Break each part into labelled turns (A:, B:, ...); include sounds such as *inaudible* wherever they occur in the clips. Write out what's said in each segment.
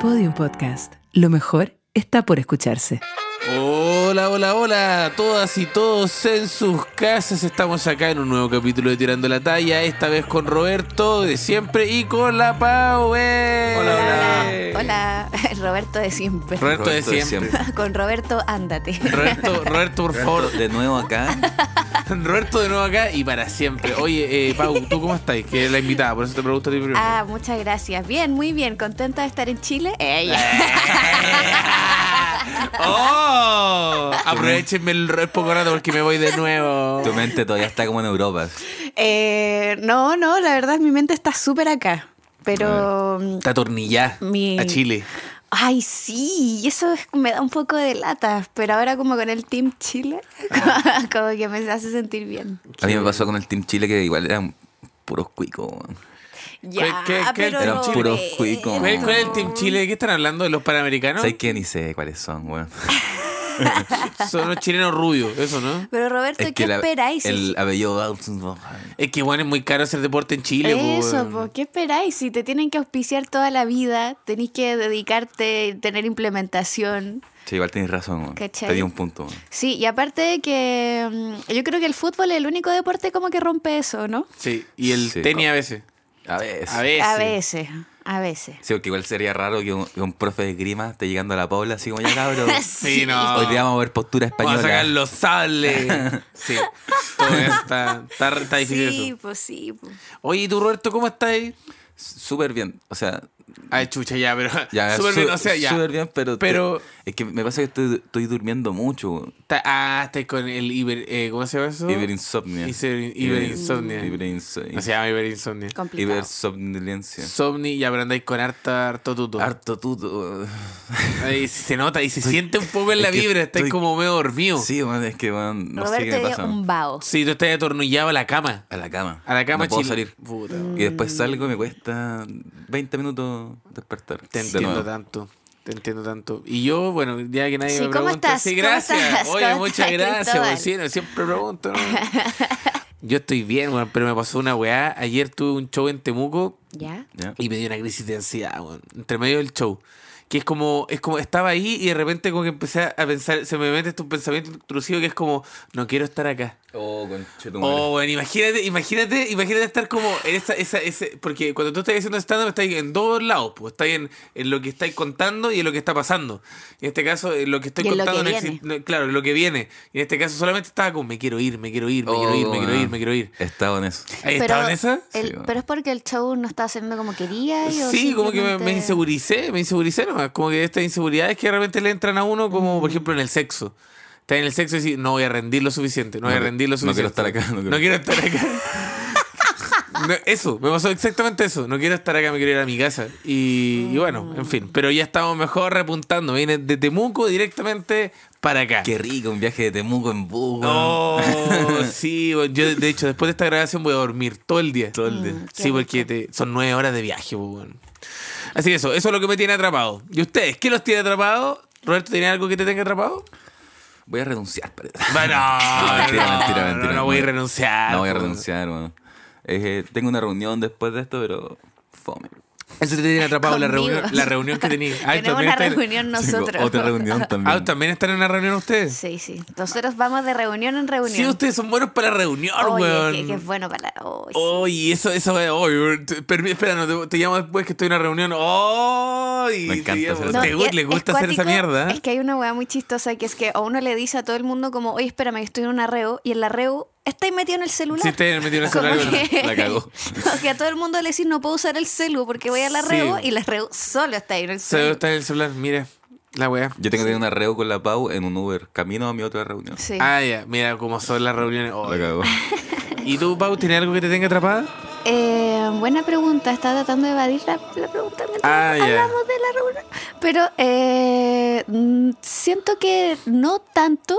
A: Podium Podcast. Lo mejor está por escucharse.
B: Hola, hola, hola a todas y todos en sus casas. Estamos acá en un nuevo capítulo de Tirando la Talla, esta vez con Roberto de siempre y con la Pau. ¡eh!
C: Hola, *laughs* Roberto de siempre.
B: Roberto, de
D: Roberto de
B: siempre.
C: *laughs* Con Roberto, ándate.
B: Roberto, Roberto, por favor.
D: De nuevo acá.
B: *laughs* Roberto de nuevo acá y para siempre. Oye, eh, Pau, ¿tú cómo estás? Que eres la invitada, por eso te pregunto a ti primero.
C: Ah, muchas gracias. Bien, muy bien. Contenta de estar en Chile. Eh, ya.
B: *laughs* Ah. ¡Oh! Aprovechenme el, el poco rato porque me voy de nuevo.
D: Tu mente todavía está como en Europa.
C: Eh, no, no, la verdad mi mente está súper acá. Pero...
B: Te atornillás
C: Mi-
B: a Chile.
C: Ay, sí, y eso es- me da un poco de lata, pero ahora como con el Team Chile, *laughs* como que me hace sentir bien.
D: A mí me pasó con el Team Chile que igual eran puros cuicos. weón.
C: Ya,
B: qué- qué
C: pero
B: Team Chile?
D: Puros cuicos.
B: ¿Cuál, cuál es el Team Chile? ¿De qué están hablando? ¿De los panamericanos?
D: ¿Sabes qué? Ni sé cuáles son, weón.
B: Son los chilenos rubios, eso, ¿no?
C: Pero Roberto, ¿qué
D: la-
C: esperáis?
D: El apellido
B: Es que, bueno, es muy caro hacer deporte en Chile. po,
C: Eso,
B: weón.
C: pues, ¿qué esperáis? Si te tienen que auspiciar toda la vida, tenéis que dedicarte, tener implementación.
D: Sí, igual tienes razón, weón.
C: ¿Cachai?
D: Te di un punto, weón.
C: Sí, y aparte de que mm, yo creo que el fútbol es el único deporte como que rompe eso, ¿no?
B: Sí, y el
D: Sí,
B: tenis
D: co-
B: a veces.
D: A veces.
B: A veces.
C: A veces, a veces.
D: Sí, porque igual sería raro que un, que un profe de grima esté llegando a la Paula así como ya
C: *laughs*
D: cabrón.
B: Sí, no.
D: Hoy día vamos a ver postura
B: Vamos a sacar
D: española.
B: los
D: *laughs*
B: sables. Sí, todo eso está, está, está difícil
C: Sí,
B: eso.
C: pues sí. pues.
B: Oye, ¿y tú, Roberto, cómo estás ahí?
D: Súper bien. O sea,
B: Ay, chucha, ya, pero.
D: *laughs*
B: *laughs*
D: ya.
B: súper
D: su-
B: bien, o sea, ya.
D: Súper bien, pero. te-
B: Pero-
D: es que me pasa que estoy, estoy durmiendo mucho, weón.
B: Está- ah, estás con el Iber. eh, ¿Cómo se llama eso?
D: Iberinsomnia.
B: Iber- Iberinsomnia.
D: Iberinsomnia.
B: No se llama Iberinsomnia.
C: Complicado.
D: Ibersomnilencia.
B: Somni, ya, pero andáis con harta, harto tuto.
D: Harto tuto.
B: Ahí se nota y se siente un poco en
D: es
B: la
D: que
B: vibra, estáis
D: estoy-
B: como medio dormido. Sí.
D: *laughs* Sí, man, es que man, no sé
C: Roberto
D: qué me
C: dio
D: pasa.
C: un
D: man.
C: vaho.
B: tú estás atornillado a la cama.
D: A la cama.
B: A la cama
D: no puedo
B: chile-
D: salir.
B: Puta.
C: Mm.
D: Y después salgo y me cuesta 20 minutos despertar.
B: Te
D: De
B: entiendo
D: nuevo.
B: tanto. Te entiendo tanto. Y yo, bueno, ya que nadie
C: Sí,
B: me
C: ¿cómo
B: pregunta.
C: estás?
B: Sí,
C: ¿Cómo
B: gracias.
C: estás?
B: Oye,
C: ¿Cómo
B: muchas
C: estás,
B: gracias,
C: Cristóbal?
B: pues, sí, no, siempre pregunto.
C: *laughs*
B: ¿no? Yo estoy bien, weón, pero me pasó una weá. Ayer tuve un show en Temuco
C: ¿Ya?
D: ¿Ya?
B: y me dio una crisis de ansiedad, weón, entre medio del show. Que es como, es como, estaba ahí y de repente como que empecé a pensar, se me mete este un pensamiento intrusivo que es como, no quiero estar acá.
D: Oh, conchetumare.
B: Oh, bueno, imagínate, imagínate, imagínate estar como en esa, esa, ese, porque cuando tú estás haciendo stand-up estás en dos lados, pues estás en, en lo que estáis contando y en lo que está pasando. En este caso, en lo que estoy
C: Y en lo
B: contando,
C: que
B: no
C: viene.
B: exi- no- claro, en lo que viene. Y en este caso solamente estaba como, me quiero ir, me quiero ir, me quiero ir, me
D: Oh,
B: quiero ir,
D: weón.
B: me quiero ir.
D: He estado en eso.
B: Ahí estaba en esa.
C: el-
D: Sí, bueno.
C: pero es porque el show no está haciendo como quería. y- o
B: Sí, como que me, me
C: simplemente-
B: inseguricé, me inseguricé nomás. Como que estas inseguridades que de repente le entran a uno, como por ejemplo en el sexo. Estás en el sexo y decís, no voy a rendir lo suficiente, no voy
D: No
B: a
D: que-
B: rendir lo
D: no quiero
B: suficiente.
D: estar acá, no quiero-
B: estar
D: *laughs*
B: acá. No, eso, me pasó exactamente eso. No quiero estar acá, me quiero ir a mi casa. Y, y bueno, en fin. Pero ya estamos mejor repuntando. Me vine de Temuco directamente para acá.
D: Qué rico, un viaje de Temuco en bus. weón.
B: No, *laughs* sí, bueno, yo de hecho después de esta grabación voy a dormir todo el día.
D: Todo el día.
C: Mm.
B: Sí,
C: Qué
B: porque te- son nueve horas de viaje, pues, weón. Así que eso, eso es lo que me tiene atrapado. ¿Y ustedes? ¿Qué los tiene atrapado? ¿Roberto tiene algo que te tenga atrapado?
D: Voy a renunciar, parece.
B: Bueno, no,
D: Mentira,
B: no,
D: mentira,
B: no,
D: mentira.
B: no voy a
D: No-
B: renunciar.
D: No voy a
B: pues.
D: renunciar, weón. Eh, tengo una reunión después de esto, pero fome.
B: Eso te tiene atrapado la
C: Conmigo.
B: reunión, la reunión que
C: *laughs*
B: tenías. Ah,
C: Tenemos
B: también
C: una
B: están-
C: reunión nosotros.
D: Tengo Otra reunión
C: *laughs*
D: también.
B: Ah, ¿también están en una reunión ustedes?
C: Sí, sí. Nosotros vamos de reunión en reunión.
B: Sí, ustedes son buenos para la reunión,
C: Oye,
B: weón. Oh,
C: que, que es bueno para... Oye,
B: Oye, eso, eso, oye, te- permi- espera, no, te, te llamo después que estoy en una reunión. ¡Ay!
D: Me encanta
B: te llamo.
D: hacer
B: Pues Te
D: eso.
B: gu-
C: y
B: le
C: es-
B: gusta
C: es
B: hacer esa
C: cuático,
B: mierda.
C: Es que hay una weá muy chistosa que es que a uno le dice a todo el mundo como, oye, espérame, que estoy en una reo, y en la reo estáis metido en el celular.
B: Sí, te metió en el
C: Como
B: celular, ¿verdad?
C: que-
D: La cagó.
C: *laughs* como que a todo el mundo le decís, no puedo usar el celu porque voy a la
B: Sí.
C: reo, y la reo solo está ahí en el
B: Se
C: celu.
B: está en el celular, mira, la weá.
D: Yo tengo que tener una reo con la Pau en un Uber, camino a mi otra reunión.
C: Sí.
B: Ah, ya, mira cómo son las reuniones. Oh.
D: La cago.
B: ¿Y tú, Pau, tienes algo que te tenga atrapada?
C: Eh, buena pregunta, estaba tratando de evadir la, la pregunta mientras
B: Ah, ya.
C: hablamos de la reunión. Pero eh, mm, siento que no tanto.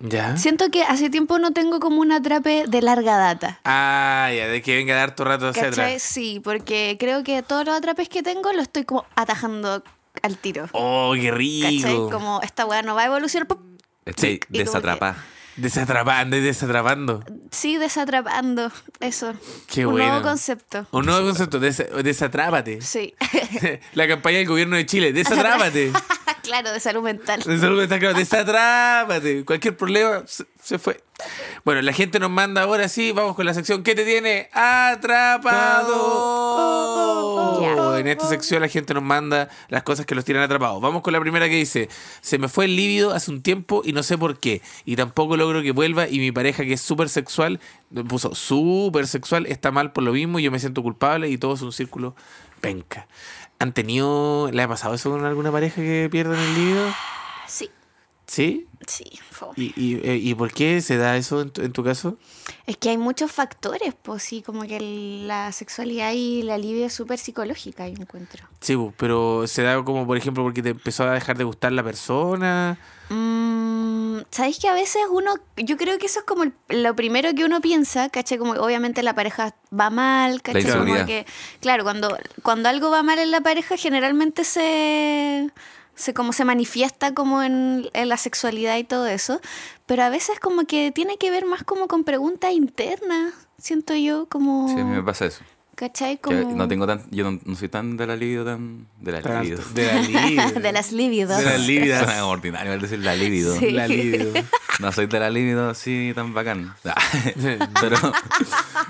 B: Ya.
C: Siento que hace tiempo no tengo como un atrape de larga data.
B: Ah, ya, de que venga a dar tu rato hacia
C: ¿Cachai?
B: atrás.
C: Sí, porque creo que todos los atrapes que tengo los estoy como atajando al tiro.
B: Oh, qué
C: ¿Cachai?
B: rico.
C: Como esta weá no va a evolucionar. ¡pum!
D: Estoy
C: Y como
D: desatrapada.
B: Desatrapando y desatrapando.
C: Sí, desatrapando. Eso.
B: Qué
C: Un
B: bueno.
C: nuevo concepto.
B: Un nuevo concepto, desa- desatrápate.
C: Sí.
B: *laughs*
C: *laughs*
B: La campaña del gobierno de Chile, desatrápate.
C: claro, de salud mental.
B: De salud mental, claro, desatrápate. Cualquier problema se, se fue. Bueno, la gente nos manda ahora sí, vamos con la sección ¿Qué te tiene atrapado?
C: Ya.
B: En esta sección la gente nos manda las cosas que los tienen atrapados. Vamos con la primera que dice, se me fue el líbido hace un tiempo y no sé por qué, y tampoco logro que vuelva y mi pareja que es súper sexual, me puso súper sexual, está mal por lo mismo, y yo me siento culpable y todo es un círculo penca. ¿Han tenido, le ha pasado eso con alguna pareja que pierden el líbido?
C: Sí,
B: ¿Sí?
C: sí. fome.
B: ¿Y, y, eh, ¿y por qué se da eso en tu, en tu caso?
C: Es que hay muchos factores, pues sí, como que el- la sexualidad y la libido es súper psicológica, yo encuentro.
B: Sí, bu, pero se da como, por ejemplo, porque te empezó a dejar de gustar la persona.
C: Mm, ¿Sabéis que a veces uno, yo creo que eso es como el- lo primero que uno piensa, ¿cachai? Como que obviamente la pareja va mal, ¿cachai? Como
D: inseguridad.
C: que, claro, cuando, cuando algo va mal en la pareja generalmente se, se como se manifiesta como en, en la sexualidad y todo eso, pero a veces como que tiene que ver más como con preguntas internas, siento yo, como...
D: Sí, a mí me pasa eso.
C: ¿Cachai?
D: Que
C: Como... *laughs*
D: no tengo tan, yo no, no soy tan de la libido, tan de la libido.
B: De la libido.
C: *laughs* de
D: *laughs*
C: las libidos.
B: De la libido.
D: Suena como ordinario al decir la libido.
C: Sí.
B: La libido.
D: No soy de la libido así tan bacán. *laughs*
C: *laughs*
D: Pero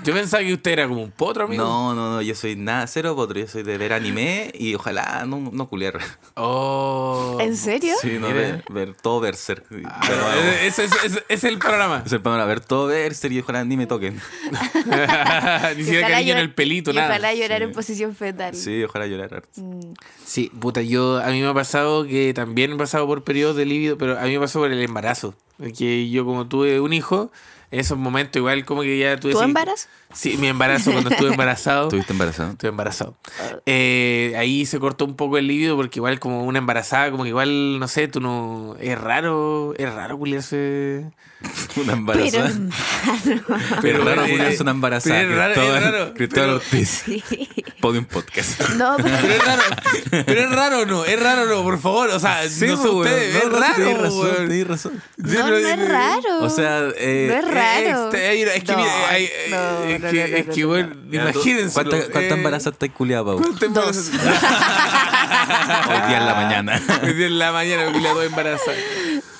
B: Yo pensaba que usted era como un potro, amigo.
D: no, no, no, yo soy nada cero potro, yo soy de ver anime y ojalá no, no culiar.
B: Oh.
C: ¿En serio?
D: Sí,
B: Mira.
D: no,
B: Ah, eh.
D: ver, ver todo Berserk. Pero,
B: Ese es, es- es el programa. *laughs*
D: es el panorama, ver todo Berserk y ojalá ni me toquen.
B: Ni
C: Y
B: siquiera
C: ojalá
B: cariño en
C: llor-
B: el pelito,
C: y
B: nada.
C: Ojalá llorar
D: Sí.
C: en posición fetal.
D: Sí, ojalá llorar.
B: Sí, puta, yo a mí me ha pasado que también he pasado por periodos de líbido, pero a mí me pasó por el embarazo. Que yo como tuve un hijo, en esos momentos igual como que ya tuve...
C: ¿Tú
B: sí-
C: embarazo?
B: Sí, mi embarazo, cuando estuve *laughs* embarazado.
D: ¿Estuviste embarazado?
B: Estuve embarazado. Eh, ahí se cortó un poco el líbido porque igual como una embarazada, como que igual, no sé, tú no... Es raro, es raro culiarse...
D: *laughs* Una
C: *laughs* Pero,
D: embarazada.
B: Pero
D: Pero raro
B: eh,
D: culiarse una embarazada.
B: pero es raro, es
D: Cristóbal,
B: raro,
D: Cristóbal
B: pero-
D: Ortiz. Podium *laughs* Podcast.
B: *laughs*
C: no,
B: Pero es raro, pero es raro no, es raro no, por favor, o sea, pues, no
D: pues,
B: sé ustedes, es raro, weón.
D: razón.
B: Sí,
C: no,
B: pero-
C: no es raro.
D: O sea, eh,
C: no es raro.
B: Este, hay- Es que,
C: No,
B: mira, hay-
C: no,
B: es
C: no,
B: que-
C: no, no,
B: es que,
C: no,
B: bueno, *laughs* eh,
D: mira, tú-
B: imagínense.
D: ¿Cuánta, cuánta embarazada estás culiada, *laughs* Pau? Hoy
B: ¿Cuánta embarazada? *laughs*
D: día en la *laughs* mañana.
B: Me dio en la mañana porque la dos
C: *laughs*
B: embarazada.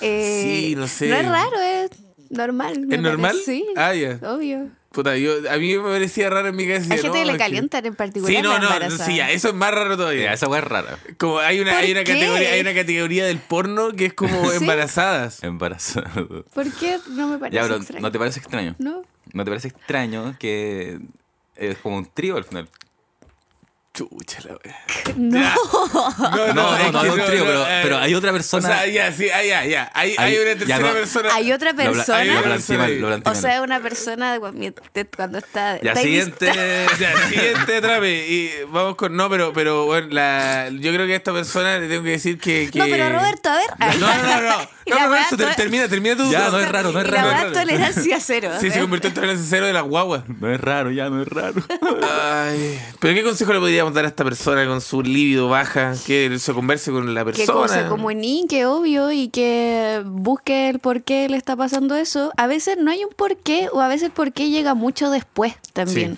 C: Eh,
B: sí, no sé.
C: No es raro, es normal. me
B: ¿Es normal?
C: parece, Sí.
B: Ah, ya.
C: Obvio.
B: Puta, yo, a mí me parecía raro en mi casa.
C: Hay
B: decía,
C: gente
B: no,
C: que le
B: es
C: calientan en particular.
B: Sí, no,
C: la
B: no,
C: embarazada.
B: sí, ya, eso es más raro
D: Ya,
B: todavía.
D: esa weá es rara.
B: Como hay una,
C: ¿Por
B: hay, una
C: qué?
B: categoría, hay una categoría del porno que es como
C: *laughs* Sí.
B: embarazadas.
D: Embarazado.
C: ¿Por qué no me parece
D: Ya, pero
C: extraño?
D: ¿no te parece extraño?
C: No.
D: ¿No te parece extraño que es como un trío al final?
B: Chucha la wea.
C: *laughs* No.
D: No, no, no, es un trío, pero,
B: eh,
D: pero hay otra
B: O
D: persona.
B: sea, ya, sí, ah, ya, ya. Hay,
D: Hay-
B: hay una
D: ya
B: tercera
D: no-
B: persona.
C: Hay otra
D: Lo bla-
C: persona.
D: Lo
B: persona
D: planteé mal,
B: ahí.
D: lo planteé
C: o
D: mal.
C: sea, una persona cuando cuando está.
D: ya,
C: está
D: siguiente.
B: *laughs*
D: *laughs*
B: Ya, siguiente trape. Y vamos con. No, pero, pero bueno, la, yo creo que a esta persona le tengo que decir que. que-
C: *laughs* No, pero Roberto, a
B: *laughs*
C: ver.
B: No, no, no, no.
C: *laughs* Y
B: No,
C: la weá
B: Roberto,
C: to-
B: te- termina, termina tú.
D: Ya, no es raro, no es
C: y
D: raro.
C: la
D: no es
C: verdad,
D: raro.
C: tolerancia cero.
B: Sí, se
C: ¿eh? *laughs*
B: convirtió en tolerancia cero de las guaguas.
D: No es raro, ya no es raro.
B: Ay, pero ¿qué consejo le podríamos dar a esta persona con su libido baja? Que se converse con la
C: que
B: persona.
C: como se comunique, obvio, y que busque el por qué le está pasando eso. A veces no hay un por qué, o a veces el por qué llega mucho después también.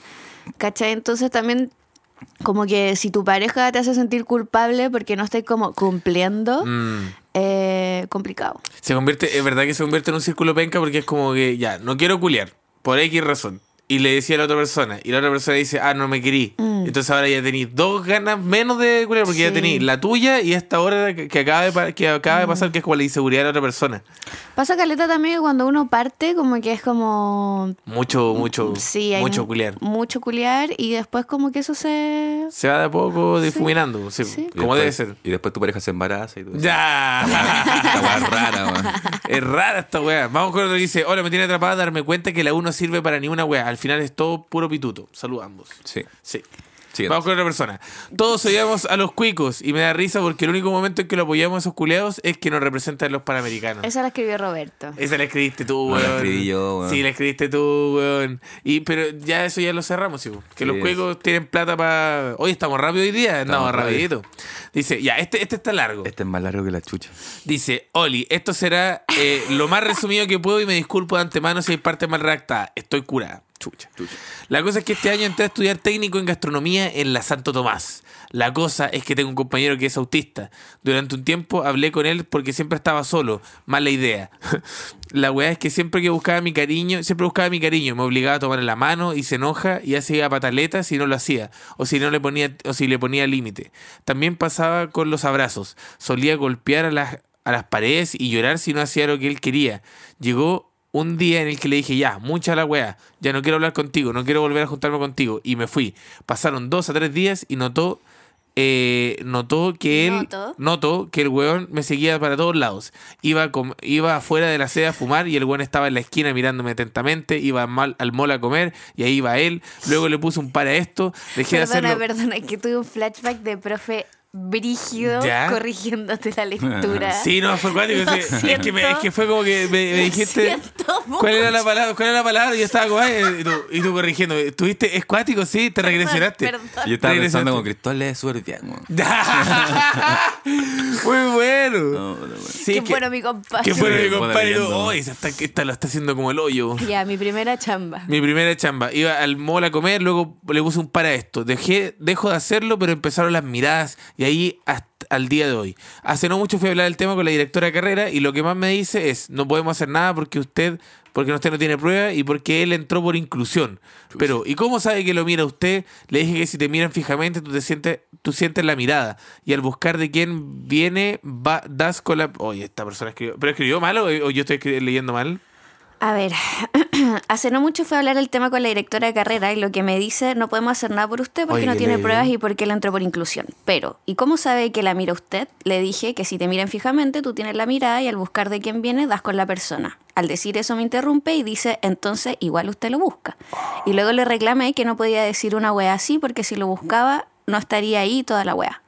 C: ¿Cachai? Entonces también, como que si tu pareja te hace sentir culpable porque no estás como cumpliendo,
B: Mm.
C: eh, complicado.
B: Se convierte, es verdad que se convierte en un círculo penca porque es como que ya, no quiero culiar, por X razón. Y le decía a la otra persona, y la otra persona dice, ah, no me querí. Entonces ahora ya tenéis dos ganas menos de culiar, porque ya
C: Mm. Sí. Mm.
B: tenéis la tuya y esta hora que, que acaba de, pa- que acaba de pasar, que es como la inseguridad de la otra persona.
C: Pasa caleta también que cuando uno parte, como que es como.
B: Mucho, mucho,
C: Mm, Sí, hay
B: mucho
C: mu-
B: culiar.
C: Mucho culiar, y después, como que eso se.
B: Se va de a poco difuminando, sí,
C: Sí.
B: como
D: Y
B: debe
D: después-
B: ser.
D: Y después tu pareja se embaraza y tú. *laughs*
B: Ya.
D: Esta weá es rara, weón.
B: Es rara esta weá. Vamos con otro que dice, hola, me tiene atrapada darme cuenta que la U no sirve para ninguna weá. Al final es todo puro pituto. Saludos a ambos.
D: Sí.
B: Sí.
D: Siguiente.
B: Vamos con otra persona. Todos odiamos a los cuicos y me da risa porque el único momento en que lo apoyamos a esos culeados es que nos representan los panamericanos.
C: Esa la escribió Roberto.
B: Esa la escribiste tú,
D: No,
B: weón.
D: la escribí yo, weón.
B: Sí, la escribiste tú, weón. Y, pero ya eso ya lo cerramos, sí, weón. Que
D: Sí,
B: los
D: es.
B: cuicos tienen plata para. Hoy estamos rápido hoy día, andamos
D: Estamos rápido.
B: rapidito. Dice, ya, este, este está largo.
D: Este es más largo que la chucha.
B: Dice, Oli, esto será eh, lo más resumido que puedo y me disculpo de antemano si hay parte mal redactada. Estoy curada. Chucha. La cosa es que este año entré a estudiar técnico en gastronomía en la Santo Tomás. La cosa es que tengo un compañero que es autista. Durante un tiempo hablé con él porque siempre estaba solo. Mala idea. La weá es que siempre que buscaba mi cariño, siempre buscaba mi cariño. Me obligaba a tomarle la mano y se enoja y hacía pataletas si no lo hacía. O si no le ponía, o si le ponía límite. También pasaba con los abrazos. Solía golpear a las, a las paredes y llorar si no hacía lo que él quería. Llegó un día en el que le dije, ya, mucha la weá, ya no quiero hablar contigo, no quiero volver a juntarme contigo. Y me fui. Pasaron dos a tres días y notó, eh, notó que él,
C: Notó.
B: notó que el weón me seguía para todos lados. Iba, a com- iba afuera de la sede a fumar y el weón estaba en la esquina mirándome atentamente, iba al mal- al mall a comer y ahí iba él. Luego le puse un para esto, dejé de
C: Perdona,
B: hacerlo.
C: perdona, que tuve un flashback de profe brígido
B: ¿Ya?
C: corrigiéndote la lectura.
B: *laughs* Sí, no, fue cuático.
C: Lo
B: sí. Es, que me-
C: siento.
B: es que fue como que me, me
C: Lo
B: dijiste.
C: siento
B: ¿Cuál era la
C: mucho.
B: palabra? ¿Cuál era la palabra? Y yo estaba como, "Ay", y tú, y tú corrigiendo. ¿Tuviste escuático? Sí, te regresionaste.
C: perdón.
D: Yo estaba
B: Regresaste.
D: pensando como Cristóbal es súper bien, weón.
B: *laughs* Muy bueno.
D: No, no, weón.
B: Sí,
C: Qué
B: que-
C: bueno, mi compadre.
B: Qué bueno,
D: Sí,
B: mi
D: bueno,
B: compadre. Y tú,
D: leyendo.
B: "Oye, se está- esta lo está haciendo como el hoyo.
C: Ya, mi primera chamba.
B: Mi primera chamba. Iba al mall a comer, luego le puse un para esto. Dejé, dejo de hacerlo, pero empezaron las miradas y ahí hasta al día de hoy. Hace no mucho fui a hablar del tema con la directora de carrera y lo que más me dice es, no podemos hacer nada porque usted, porque usted no tiene prueba y porque él entró por inclusión. Pero, ¿y cómo sabe que lo mira usted? Le dije que si te miran fijamente, tú te sientes, tú sientes la mirada. Y al buscar de quién viene, va, das con la... Oye, esta persona escribió... ¿Pero escribió mal o, o yo estoy escri- leyendo mal?
C: A ver, *clears throat* hace no mucho fue a hablar el tema con la directora de carrera y lo que me dice, no podemos hacer nada por usted porque
B: Oye,
C: no
B: qué
C: tiene
B: leve.
C: pruebas y porque él entró por inclusión. Pero, ¿y cómo sabe que la mira usted? Le dije que si te miran fijamente, tú tienes la mirada y al buscar de quién viene, das con la persona. Al decir eso me interrumpe y dice, entonces igual usted lo busca. Y luego le reclamé que no podía decir una wea así porque si lo buscaba, no estaría ahí toda la wea.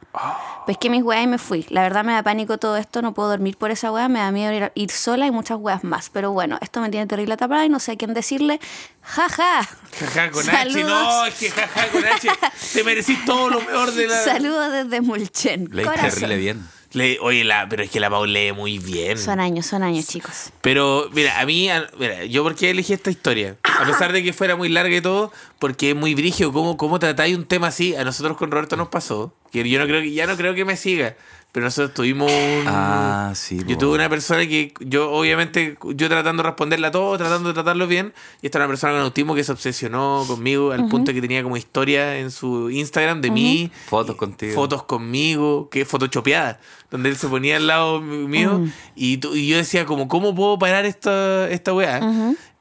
C: Pesqué Pues mis weas y me fui. La verdad me da pánico todo esto, no puedo dormir por esa wea, me da miedo ir, ir sola y muchas weas más. Pero bueno, esto me tiene terrible tapada y no sé a quién decirle. ¡Jaja!
B: Jaja con H, no,
C: Saludos.
B: es que jaja con H. Te merecís todo lo peor de la.
C: *laughs* Saludos desde Mulchen.
D: Leí terrible
C: Corazón.
D: bien.
B: Le- oye, la, pero es que la Pau lee muy bien.
C: Son años, son años, chicos.
B: Pero, mira, a mí, a- mira, yo porque elegí esta historia, a pesar de que fuera muy larga y todo, porque es muy brígido cómo, cómo tratáis un tema así. A nosotros con Roberto nos pasó, que yo no creo que, ya no creo que me siga, pero nosotros tuvimos un...
D: Ah, sí,
B: Yo
D: po.
B: tuve una persona que yo, obviamente, yo tratando de responderla a todo, tratando de tratarlo bien, y esta era una persona con autismo que se obsesionó conmigo al punto que tenía como historia en su Instagram de mí.
D: Fotos contigo.
B: Fotos conmigo, que photoshopeadas, donde él se ponía al lado mi- mío y, tú- y yo decía como, ¿cómo puedo parar esta, esta weá?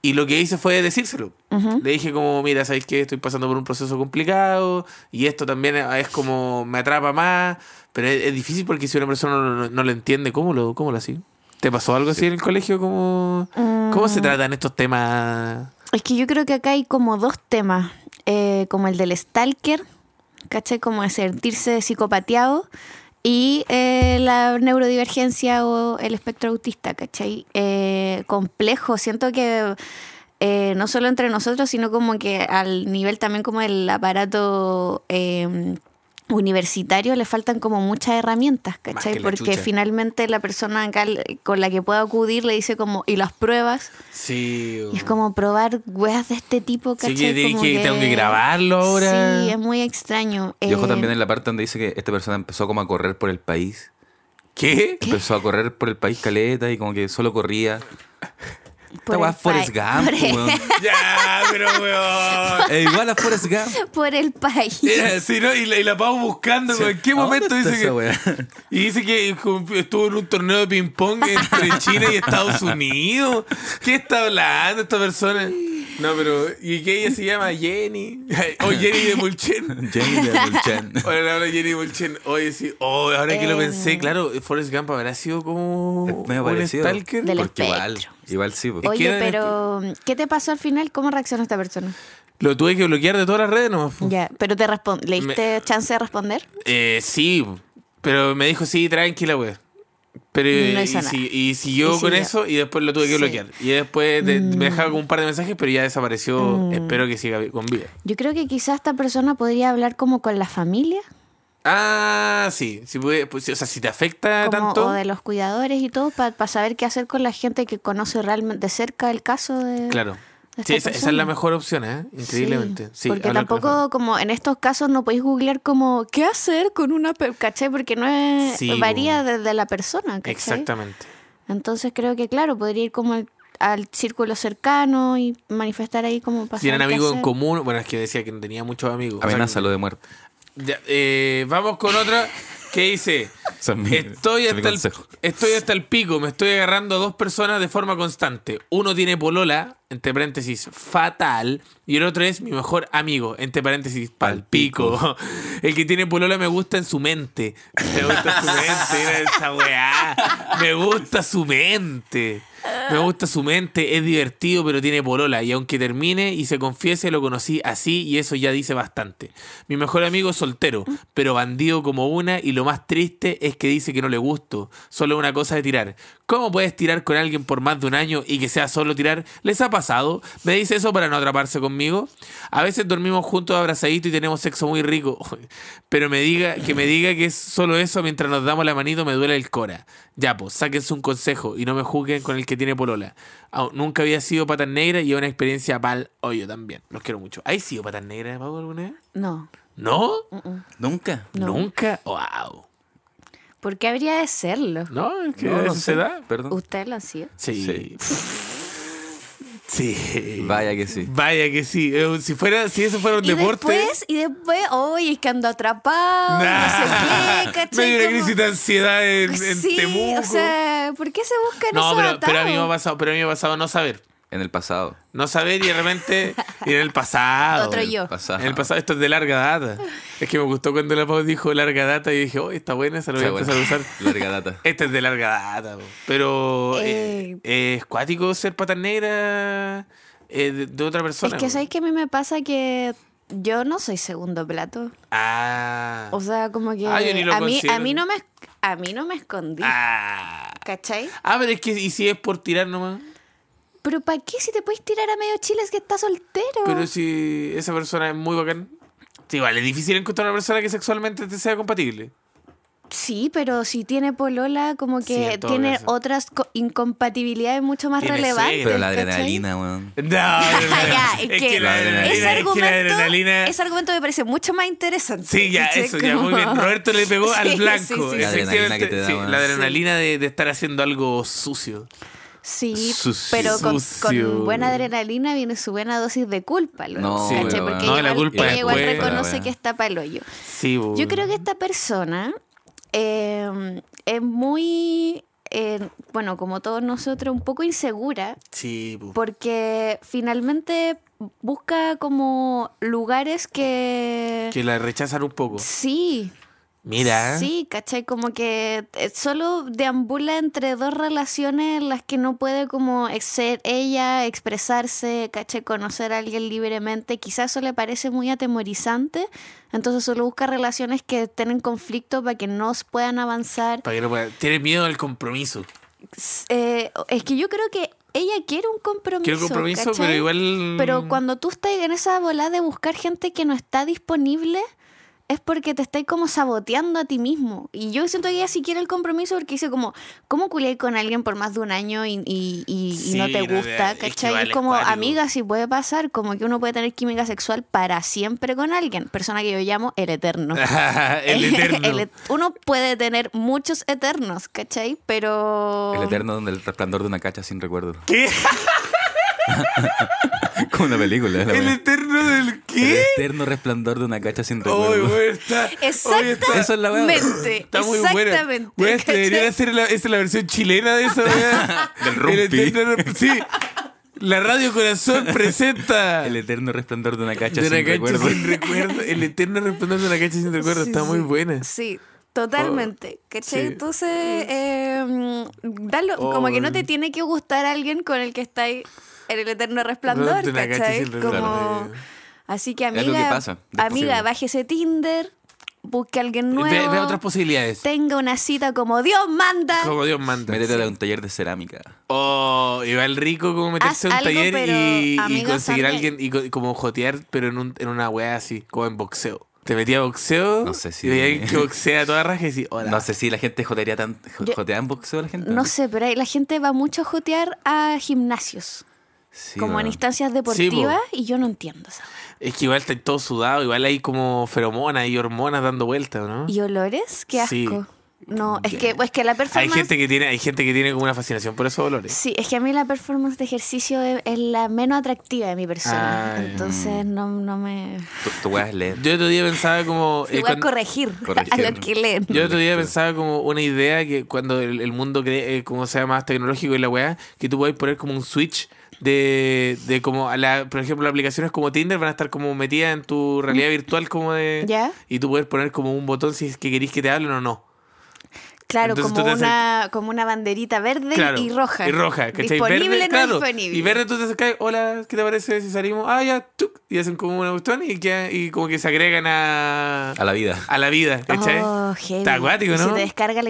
B: Y lo que hice fue decírselo. Le dije como, mira, ¿sabéis que estoy pasando por un proceso complicado y esto también es como, me atrapa más, pero es, es difícil porque si una persona no, no- no lo entiende, ¿cómo lo, cómo lo así? ¿Te pasó algo así en el colegio? ¿Cómo, ¿Cómo
C: Mm.
B: se tratan estos temas?
C: Es que yo creo que acá hay como dos temas, eh, como el del stalker, ¿cachai? Como de sentirse psicopateado y eh, la neurodivergencia o el espectro autista, ¿cachai? Eh, complejo, siento que eh, no solo entre nosotros, sino como que al nivel también como el aparato... eh, universitario le faltan como muchas herramientas,
B: que
C: ¿cachai?
B: la
C: Porque
B: chucha.
C: finalmente la persona acá con la que pueda acudir le dice como, y las pruebas,
B: Sí.
C: y es como probar weas de este tipo,
B: Sí,
C: ¿cachai?
B: que tienes
C: Como
B: que- tengo que grabarlo ahora.
C: Sí, es muy extraño.
D: Y ojo
C: Eh,
D: también en la parte donde dice que esta persona empezó como a correr por el país.
B: ¿Qué?
D: Empezó a correr por el país caleta y como que solo corría.
C: por
D: Esta weá
C: el
D: es Forrest
C: pa-
D: Gump,
C: Por
D: *laughs*
C: el,
D: weón.
B: ya, pero weón.
D: Es igual a Forrest Gump.
C: *laughs* por
B: *laughs*
C: el país.
B: Era, sí, ¿no? y, la, y la Pau buscando, güey. ¿en qué momento
D: ¿Dónde está
B: dice que...
D: esa *laughs* weá?
B: Y dice que estuvo en un torneo de ping-pong entre
D: *laughs*
B: China y Estados Unidos. ¿Qué está hablando esta persona? No, pero... ¿Y qué ella se llama? Jenny. *laughs* O Jenny de Mulchen.
D: Jenny de Dulchan.
B: Ahora le habla Jenny Mulchen. Oye, sí. Oh, ahora que lo
C: Eh.
B: pensé, claro, Forrest Gump habrá sido como
D: Es medio
B: un
D: parecido.
B: stalker.
C: Del
D: Porque igual,
C: espectro.
D: igual sí. po.
B: Oye,
C: Oye,
B: queda en
C: pero ¿qué te pasó al final? ¿Cómo reaccionó esta persona?
B: Lo tuve que bloquear de todas las redes nomás. po.
C: Ya, pero te respon- ¿le diste chance de responder?
B: Eh, sí, pero me dijo, sí, tranquila, güey. Pero eh,
C: No
B: y,
C: hizo nada.
B: si- y siguió
C: Y
B: con
C: siguió.
B: eso y después lo tuve que
C: Sí. Mm.
B: bloquear. Y después de- me dejaba con un par de mensajes, pero ya desapareció. Espero que siga vi- con vida.
C: Yo creo que quizás esta persona podría hablar como con la familia.
B: Ah, verdad, sí. Si pude- pues, sí, o sea, si te afecta
C: Como,
B: tanto.
C: O de los cuidadores y todo, para saber qué hacer con la gente que conoce realmente de cerca el caso de.
B: Claro.
C: de
B: Sí,
C: esta
B: esa, esa es la
C: persona.
B: mejor opción, ¿eh? Increíblemente. Sí,
C: porque
B: hablar con la
C: tampoco, como en estos casos, no podéis googlear como qué hacer con una. pe- ¿Cachai? Porque no es.
B: Sí,
C: varía
B: bo.
C: desde la persona, ¿cachai?
B: Exactamente.
C: Entonces creo que, claro, podría ir como al, al círculo cercano y manifestar ahí como pasar.
B: Tienen
C: qué
B: amigos en
C: hacer.
B: común. Bueno, es que decía que no tenía muchos amigos. O sea,
D: Amenaza lo de muerte.
B: ya, eh, vamos con otra que dice:
D: Ese es mi-
B: estoy,
D: ese es mi
B: hasta el,
D: consejo.
B: estoy hasta el pico, me estoy agarrando a dos personas de forma constante. Uno tiene polola, entre paréntesis, fatal, y el otro es mi mejor amigo, entre paréntesis, palpico. *laughs* El que tiene polola me gusta en su mente. Me gusta su mente, mira esa weá. Me gusta su mente. Me gusta su mente, es divertido, pero tiene polola. Y aunque termine y se confiese, lo conocí así y eso ya dice bastante. Mi mejor amigo es soltero, pero bandido como una y lo más triste es que dice que no le gusto. Solo una cosa de tirar. ¿Cómo puedes tirar con alguien por más de un año y que sea solo tirar? ¿Les ha pasado? ¿Me dice eso para no atraparse conmigo? A veces dormimos juntos abrazaditos y tenemos sexo muy rico. *laughs* Pero me diga, que me diga que es solo eso mientras nos damos la manito me duele el cora. Ya, pues, sáquense un consejo y no me juzguen con el que tiene polola. Au, nunca había sido patas negra y es una experiencia pal hoyo también. Los quiero mucho. ¿Hay sido patas negras, Pau, alguna vez?
C: No.
B: ¿No?
D: ¿Nunca?
C: No.
B: ¿Nunca? ¡Wow!
C: ¿Por qué habría de serlo?
B: ¿No? ¿Es que
D: No, no
B: eso
D: sé.
B: se da?
D: Perdón.
C: ¿Ustedes lo han sido?
B: Sí. *laughs* Sí.
D: Vaya que sí.
B: Vaya que sí. Eh, Si, fuera, si eso fuera un
C: Y
B: deporte.
C: después, y después, oye, es que ando atrapado,
B: Nah.
C: no sé qué, ¿cachai?
B: *laughs* Me dio una
C: Como-
B: crisis de ansiedad en, en
C: sí,
B: Temuco.
C: o sea, ¿por qué se buscan
B: no,
C: esos
B: pero, pero a mí me ha
C: atados?
B: pasado, pero a mí me ha pasado no saber.
D: En el pasado.
B: No saber y de repente ir en el pasado.
C: Otro yo.
D: Pasado.
B: En el pasado, esto es de larga data. Es que me gustó cuando la Pau dijo larga data y dije, oh, está buena, se lo voy a
D: Está
B: empezar
D: bueno.
B: a usar.
D: Larga data.
B: Este es de larga data, po. pero eh, es cuático ser patas negras eh, de, de otra persona.
C: Es que
B: po.
C: sabéis que a mí me pasa que yo no soy segundo plato.
B: Ah.
C: O sea, como que
B: Ah, yo ni lo
C: a mí
B: considero.
C: a mí no me a mí no me escondí,
B: ah.
C: ¿cachai?
B: Ah, pero es que y si es por tirar nomás.
C: Pero ¿para qué si te puedes tirar a medio chile es que estás soltero?
B: Pero si esa persona es muy bacán. Sí, vale, es difícil encontrar una persona que sexualmente te sea *laughs* compatible.
C: Sí, pero si tiene polola como
B: Sí,
C: que
B: en todo
C: tiene
B: caso.
C: otras co- incompatibilidades mucho más
B: Tiene
C: relevantes.
B: suegra.
D: Pero la
C: ¿cachai? *laughs* Ah,
D: adrenalina, weón.
B: No, *laughs* ya,
C: ya, es que
D: la adrenalina-
C: ese
D: es que
C: argumento,
B: adrenalina-
C: ese argumento me parece mucho más interesante.
B: Sí, ya,
C: ¿cachai?
B: eso, ya, muy
C: Como-
B: bien. Roberto le *laughs* pegó
C: Sí,
B: al blanco.
C: sí, sí,
D: La
C: sí.
D: adrenalina que te da,
B: efectivamente, sí,
D: weón.
B: la adrenalina de, de estar haciendo algo sucio.
C: Sí,
D: Sucio.
C: pero con, con
B: Sucio.
C: buena adrenalina viene su buena dosis de culpa. luego,
D: No,
C: ¿cachai?
B: pero
C: Porque
B: no,
C: ella
B: la
C: igual-
B: culpa
C: ella
B: es
C: igual
B: buena.
C: reconoce
D: Buena.
C: que está para el hoyo.
B: Sí, bo.
C: Yo creo que esta persona eh, es muy, eh, bueno, como todos nosotros, un poco insegura
B: Sí, bo.
C: porque finalmente busca como lugares que...
B: Que la rechazan un poco.
C: Sí,
B: Mira.
C: Sí, ¿cachai? Como que eh, solo deambula entre dos relaciones en las que no puede como ex- ser ella, expresarse, ¿cachai? Conocer a alguien libremente. Quizás eso le parece muy atemorizante, entonces solo busca relaciones que estén en conflicto para que no s- puedan avanzar.
B: Para que no pueda- Tiene miedo al compromiso.
C: S- eh, es que yo creo que ella quiere un compromiso.
B: Quiero compromiso,
C: ¿cachai?
B: pero igual. *laughs*
C: Pero cuando tú estás en esa bola de buscar gente que no está disponible, es porque te estás como saboteando a ti mismo. Y yo siento que ella sí quiere el compromiso porque dice como, ¿cómo culié con alguien por más de un año y, y- y- y
B: Sí,
C: no te
B: no,
C: gusta?
B: es que
C: ¿Cachai?
B: igual
C: es
B: es
C: como,
B: cuático.
C: amiga, si puede pasar, como que uno puede tener química sexual para siempre con alguien. Persona que yo llamo el eterno.
B: *laughs* el eterno.
C: *laughs* El et- uno puede tener muchos eternos, ¿cachai? Pero...
D: El eterno donde el resplandor de una cacha sin recuerdo.
B: *laughs*
D: Como una película. la
B: ¿El
D: weá.
B: eterno del
D: El
B: qué?
D: eterno resplandor de una cacha sin
B: Oy,
D: recuerdo.
B: güey, está- oye, está-
C: Exactamente.
D: Eso es la weá.
B: Está muy buena.
C: exactamente.
B: Güey,
C: ¿cachai?
B: debería hacer la, esa es la versión chilena de esa weá.
D: *laughs* Del rumpi.
B: El eterno- Sí. La Radio Corazón presenta.
D: *laughs* *laughs* El eterno resplandor de una cacha
B: de una
D: sin
B: cacha
D: recuerdo.
B: sin recuerdo. El eterno resplandor de una cacha sin recuerdo.
C: Sí,
B: está muy
C: sí.
B: buena. Oh,
C: Sí, totalmente. ¿Cachai?
B: sí.
C: Entonces, eh, mm, dalo- como que no te
B: Oh.
C: tiene que gustar alguien con el que estáis en el eterno resplandor,
B: Durante una cacha
C: ¿cachai?
B: sin
C: Como-
B: retorno.
C: Así que,
D: algo
C: amiga,
D: que pasa, después
C: amiga
D: sí.
C: bájese Tinder, busque a alguien nuevo,
B: Ve, ve otras posibilidades.
C: tenga una cita como Dios manda.
B: Como Dios manda.
D: *laughs* Métete a un taller de cerámica.
B: Oh, y va el rico como meterse a
C: Haz
B: un
C: algo,
B: taller
C: pero,
B: y, y
C: amigo,
B: conseguir a
C: sale-
B: alguien y co- como jotear, pero en, un- en una wea así, como en boxeo. Te metía a boxeo.
D: No sé si-
B: Y veía
D: *laughs*
B: que boxea a toda raja y decía, hola.
D: No sé si la gente jotearía tan. jo-
C: Yo-
D: ¿Jotean boxeo la gente?
C: No sé, pero ahí la gente va mucho a jotear a gimnasios,
D: Sí,
C: como en
D: bueno.
C: instancias deportivas, y yo no entiendo esa wea.
B: Es que igual está todo sudado, igual hay como feromonas y hormonas dando vueltas, ¿no?
C: ¿Y olores? Qué asco.
B: Sí.
C: No, es que, es que la
B: Hay
C: performance...
B: gente que tiene, hay gente que tiene como una fascinación por esos olores.
C: Sí, es que a mí la performance de ejercicio es, es la menos atractiva de mi persona.
B: Ah, ya.
C: entonces no, no me.
D: Tú, tú puedes leer.
B: Yo el otro día pensaba como. eh,
C: Igual
B: cuando-
C: corregir, *laughs*
D: Corregir.
C: a los que leen.
B: *laughs* Yo el otro día
D: Correcto.
B: pensaba como una idea que cuando el, el mundo cree, eh, como sea más tecnológico y la weá, que tú puedes poner como un switch de, de como, a la, por ejemplo, aplicaciones como Tinder van a estar como metidas en tu realidad virtual como de...
C: ¿Ya?
B: Y tú puedes poner como un botón si es que querís que te hablen o no.
C: Claro,
B: Entonces
C: como
B: tú te
C: una, como una banderita verde
B: Claro.
C: y roja.
B: Y roja, ¿cachai?
C: Disponible,
B: verde,
C: no
B: claro.
C: disponible.
B: Y verde tú te acercas, hola, ¿qué te parece si salimos? Ah, ya, tuc, y hacen como una cuestión y, queda- y como que se agregan a,
D: A la vida.
B: a la vida, ¿cachai?
C: Oh, heavy.
B: Está acuático,
C: Y
B: ¿no?
C: Se te descarga la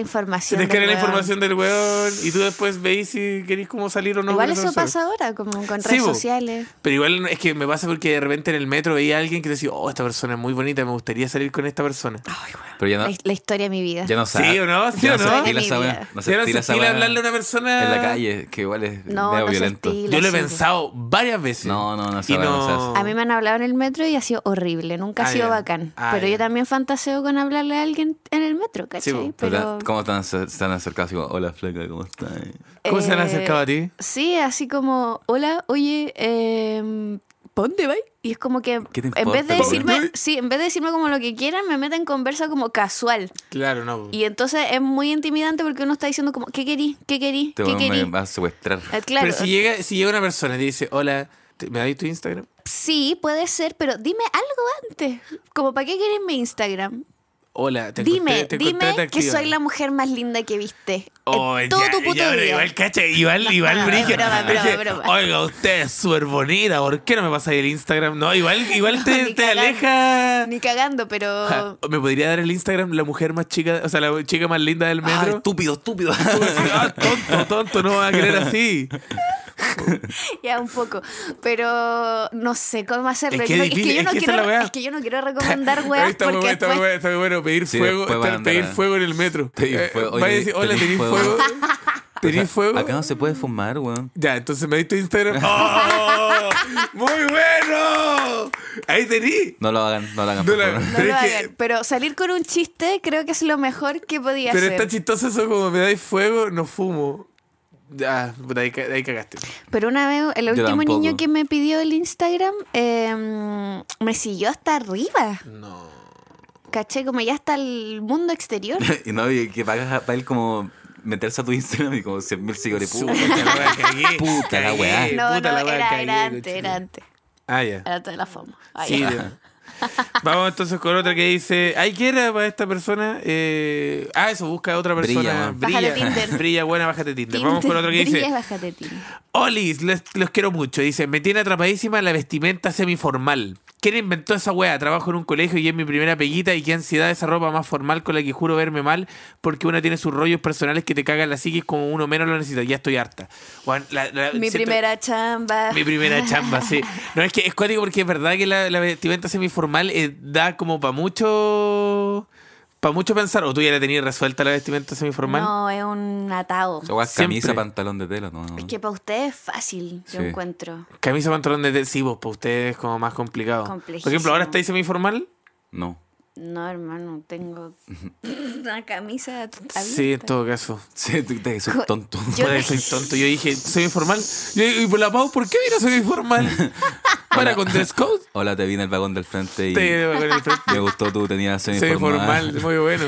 B: Se
C: información.
B: te descarga
C: del
B: la
C: weón.
B: información del weón y tú después veis si queréis como salir o no.
C: Igual
B: con
C: eso
B: persona.
C: pasa ahora, como con
B: Sí,
C: redes
B: bo.
C: sociales.
B: Pero igual es que me pasa porque de repente en el metro veía a alguien que decía, oh, esta persona es muy bonita, me gustaría salir con esta persona.
C: Ay, weón.
D: Pero ya
B: Ah.
D: no,
C: la, la historia de mi vida.
D: ya no sabe.
B: ¿Sí o no? ¿Sí
D: ya
B: o
D: se
B: no?
D: estila
C: De
D: esa
C: mi
D: weá,
C: vida.
D: No se
B: Era
D: estila esa
B: sensible
D: weá
B: hablarle a una persona
D: En la calle, que igual es
C: Ah. No,
D: medio
C: no se
D: violento.
B: Yo
C: estila.
B: lo he
C: sí, bo.
B: pensado varias veces.
D: No, no, no, esa
B: Y
D: weá no
B: no-
D: se hace.
C: A mí me han hablado en el metro y ha sido horrible, nunca ha
B: Ah,
C: sido
B: ya.
C: bacán.
B: Ah,
C: pero
B: ya.
C: yo también fantaseo con hablarle a alguien en el metro, ¿cachai?
B: bo,
D: Pero
C: pero,
D: tan- ¿Cómo están, se se han acercado así como, hola flaca, ¿cómo estás? Este
B: ¿Cómo se han
C: eh,
B: acercado a ti?
C: Sí, así como, hola, oye, eh, ¿pa' dónde vais? Y es como que
D: ¿Qué te
C: en vez
D: importa,
C: de
D: po?
C: decirme, sí, en vez de decirme como lo que quieran, me meten conversa como casual.
B: Claro, no.
C: Y entonces es muy intimidante porque uno está diciendo como, ¿qué querí? ¿Qué querí?
D: Te
C: ¿Qué
D: me- me
C: querí?
D: vas a secuestrar.
C: Eh, claro,
B: Pero si llega, si llega una persona y te dice, hola, ¿te- ¿me dais tu Instagram?
C: sí, puede ser, pero dime algo antes. Como, ¿para qué querés mi Instagram?
B: Hola, te
C: Dime,
B: encontré- te encontré
C: dime que
B: atractiva".
C: soy la mujer más linda que viste.
B: Oh,
C: en todo
B: ya,
C: tu puto
B: ya, pero
C: día.
B: Igual, cacha, igual, igual,
C: *laughs* No, es
B: brígido.
C: broma, broma,
B: Dice,
C: broma.
B: Oiga, usted es súper bonita, ¿por qué no me pasa el Instagram? No, igual, igual
C: *laughs* No,
B: te, te
C: ni cagando.
B: aleja.
C: Ni
B: *laughs*
C: cagando,
B: Ja,
C: pero.
B: ¿Me podría dar el Instagram la mujer más chica, o sea, la chica más linda del
D: Ah,
B: metro? *laughs*
D: estúpido, estúpido.
B: Ah, tonto, tonto, no va a querer así.
C: Ya, un poco. Pero no sé cómo hacerlo.
B: Es que
C: yo no,
B: es difícil,
C: yo no
B: es que esa es la
C: quiero,
B: weá.
C: es que yo no quiero
B: *laughs*
C: recomendar
B: Ahí
C: weas
B: está muy
C: porque
B: bueno, está muy
C: después-
B: bueno, está muy bueno pedir
D: Sí,
B: fuego,
D: después van a
B: está-
D: andar
B: pedir
D: a-
B: fuego en el metro.
D: Pedir
B: Eh,
D: fuego, oye,
B: va a decir, hola,
D: ¿tenís
B: ¿tenís
D: fuego? *laughs*
B: fuego? ¿Tenís fuego?
D: Acá no se puede fumar, weón.
B: Ya, entonces me diste
D: *laughs*
B: Instagram. ¡Oh! ¡Muy bueno! Ahí tení.
D: No lo hagan, no lo hagan.
B: No
D: por
B: lo
D: favor.
B: hagan.
C: No
B: Pero
C: lo
B: es que-
C: hagan. Pero salir con un chiste creo que es lo mejor que podía
B: Pero
C: hacer.
B: está chistoso eso como me dais fuego, no fumo. Ya, puta, ahí, ca- ahí cagaste.
C: Pero una vez, el
D: Yo
C: último
D: tampoco.
C: niño que me pidió el Instagram eh, me siguió hasta arriba.
B: No.
C: Caché como ya hasta el mundo exterior.
D: *laughs*
B: *laughs*
D: Y no, y que pagas para él como meterse a tu Instagram y como 100.000 seguidores.
B: Puta
D: Puta.
B: la weá, cagué.
D: Puta la
B: Cagué,
D: weá.
C: No,
B: puta
C: no,
B: la weá,
C: era,
B: cagué,
C: era antes,
B: cochino.
C: era antes.
B: Ah, ya.
C: Era toda la fama. Ah,
B: Sí,
C: ya. *laughs*
B: ya. Vamos entonces con otra que dice, ay, ¿qué era para esta persona? Eh, ah, eso, busca a otra
D: Brilla,
B: persona.
D: man.
B: Brilla,
C: Bájale Tinder.
B: *laughs* brilla, buena, bájate Tinder. Vamos con otro que
C: Brilla,
B: dice, eh,
C: bájate, Tinder.
B: Olis, les- los quiero mucho. Dice, me tiene atrapadísima la vestimenta semiformal. ¿Quién inventó esa weá? Trabajo en un colegio y es mi primera peguita y qué ansiedad esa ropa más formal con la que juro verme mal porque una tiene sus rollos personales que te cagan la psiquis como uno menos lo necesita. Ya estoy harta. Weón, la- la-
C: Mi
B: siento-
C: primera
B: *laughs*
C: chamba.
B: mi primera chamba, sí. No, es que es cuático porque es verdad que la, la vestimenta semiformal eh, da como para mucho... Para mucho pensar, o tú ya la tenías resuelta la vestimenta semiformal.
C: No, es un atado.
D: Esa weá es camisa,
B: Siempre.
D: pantalón de tela, no.
C: Es que para ustedes es fácil, yo
D: Sí.
C: encuentro.
B: Camisa, pantalón de adhesivos, para ustedes es como más complicado. Por ejemplo,
C: Complejísimo.
B: ahora estáis semiformal.
D: No.
C: No, hermano, tengo una camisa abierta.
B: Sí, en todo caso.
D: Sí, tú te soy
C: Co-
D: tonto. *laughs*
C: Yo-
B: Puede, soy tonto. Yo dije, semiformal. Yo, y por la Pau, ¿por qué vino
C: *laughs*
B: semiformal? Para con dress code.
D: Hola, te vi en el vagón del frente y
B: Te con el frente.
D: me gustó
B: *laughs*
D: tú, tenías semiformal.
B: Semiformal, muy bueno.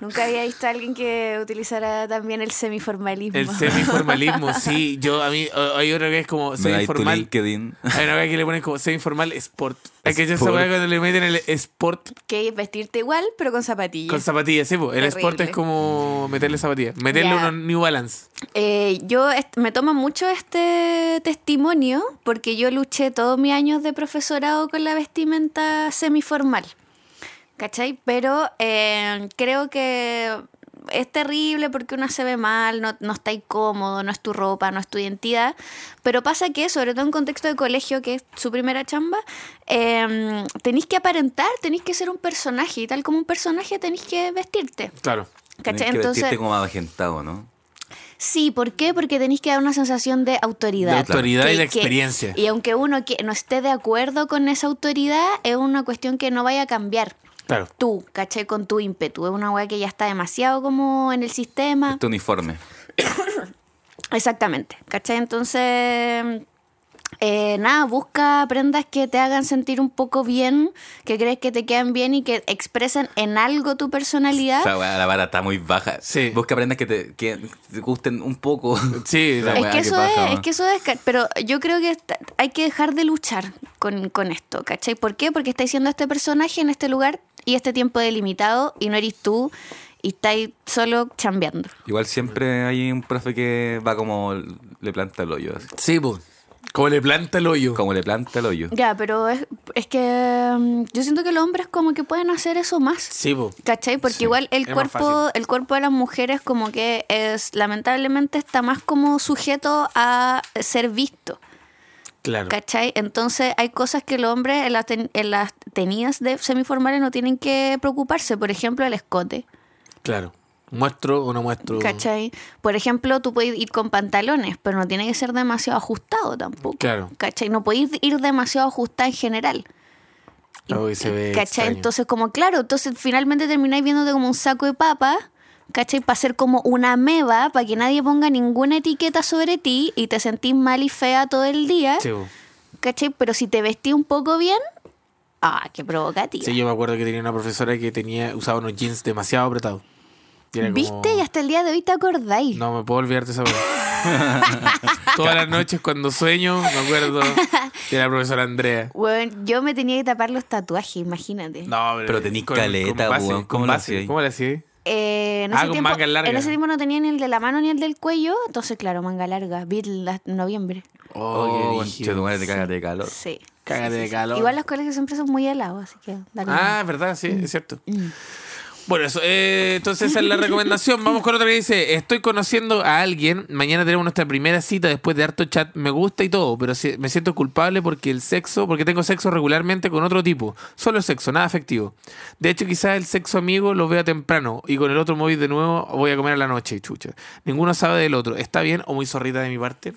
C: Nunca había visto a alguien que utilizara también el semiformalismo.
B: El semiformalismo, sí. Yo, a mí, o- hay otra que es como
D: Me dais tu
B: semiformal.
C: *laughs*
D: LinkedIn.
B: Hay una vez que le ponen como semi-formal sport. Hay que yo esa
D: Sport.
B: weá cuando le meten el sport
C: *laughs* que es vestirte igual, pero con zapatillas.
B: con zapatillas, sí, po. El sport
C: Terrible.
B: es como meterle zapatillas. Meterle
C: Ya.
B: unos New Balance.
C: Eh, yo est- me tomo mucho este testimonio porque yo luché todos mis años de profesorado con la vestimenta semiformal. ¿Cachai? Pero eh, creo que es terrible porque uno se ve mal, no, no está incómodo, no es tu ropa, no es tu identidad. Pero pasa que, sobre todo en contexto de colegio, que es su primera chamba, eh, tenéis que aparentar, tenéis que ser un personaje. Y tal como un personaje tenéis que vestirte.
B: Claro.
D: Tenés *laughs*
C: ¿Cachai?
D: que
C: Entonces,
D: vestirte como avejentado, ¿no?
C: sí, ¿por qué? Porque tenéis que dar una sensación de autoridad.
B: De autoridad
C: Que-
B: y de
C: que-
B: experiencia.
C: y aunque uno que no esté de acuerdo con esa autoridad, es una cuestión que no vaya a cambiar.
B: Claro.
C: Tú, ¿cachai? Con tu ímpetu. Es una weá que ya está demasiado como en el sistema.
D: Este uniforme.
C: Exactamente, ¿cachai? Entonces, eh, nada, busca prendas que te hagan sentir un poco bien, que crees que te quedan bien y que expresen en algo tu personalidad.
D: O sea, weá, la vara está muy baja.
B: Sí.
D: Busca prendas que te, que te gusten un poco.
B: *laughs* Sí, la
C: es
D: weá
C: que eso
D: pasa,
C: es,
D: weá.
C: es que eso es, ca- pero yo creo que esta- hay que dejar de luchar con, con esto, ¿cachai? ¿Por qué? Porque estáis siendo este personaje en este lugar y este tiempo delimitado y no eres tú y estáis solo chambeando.
D: Igual siempre hay un profe que va como le planta el hoyo. así.
B: Sí, pues. Como le planta el hoyo.
D: Como le planta el hoyo.
C: Ya, pero es, es que mm, yo siento que los hombres como que pueden hacer eso más.
B: Sí, pues.
C: ¿Cachai? Porque
B: Sí,
C: igual el
B: es más
C: cuerpo,
B: fácil.
C: el cuerpo de las mujeres como que es, lamentablemente está más como sujeto a ser visto,
B: Claro.
C: ¿cachai? Entonces hay cosas que los hombres en, las ten- en las tenidas de semiformales no tienen que preocuparse, por ejemplo el escote,
B: Claro. Muestro o no muestro.
C: ¿cachai? Por ejemplo tú puedes ir con pantalones, pero no tiene que ser demasiado ajustado tampoco,
B: Claro.
C: ¿cachai? No podéis ir demasiado ajustada en general.
B: Luego y se ve
C: ¿Cachai?
B: extraño.
C: Entonces, como claro, entonces finalmente termináis viéndote como un saco de papa, ¿cachai? Para ser como una meba, para que nadie ponga ninguna etiqueta sobre ti y te sentís mal y fea todo el día,
B: Sí, po.
C: ¿cachai? Pero si te vestís un poco bien, ¡ah, qué provocativa!
B: Sí, yo me acuerdo que tenía una profesora que tenía usaba unos jeans demasiado apretados. Y era como,
C: ¿Viste? Y hasta el día de hoy te acordáis.
B: No me puedo olvidar de esa weá.
C: *laughs*
B: Todas las noches cuando sueño me acuerdo de la profesora Andrea.
C: Weón, yo me tenía que tapar los tatuajes, imagínate.
B: No,
D: Pero tenís
B: con-
D: caleta,
B: con base,
D: weón.
B: con
D: ¿Cómo lo
B: base.
D: hacías?
B: ¿Cómo la hacías?
C: Eh, en,
B: Ah,
C: ese
B: con
C: tiempo,
B: manga larga.
C: en ese tiempo no tenía ni el de la mano ni el del cuello, entonces claro, manga larga, vi la- noviembre.
D: Oh,
B: qué
D: conche tu
B: brígido.
D: madre, te cágate de calor.
C: Sí.
B: Cágate de calor.
C: Igual los colegios siempre son muy helados, así que dale. Mm.
B: Ah, es verdad, sí, es cierto. Bueno, eso, eh, entonces esa es la recomendación. Vamos con otra que dice, estoy conociendo a alguien, mañana tenemos nuestra primera cita después de harto chat, me gusta y todo, pero si- me siento culpable porque el sexo, porque tengo sexo regularmente con otro tipo, solo sexo, nada afectivo. De hecho, quizás el sexo amigo lo vea temprano y con el otro me voy de nuevo, voy a comer a la noche, chucha. Ninguno sabe del otro, ¿está bien o muy zorrita de mi parte?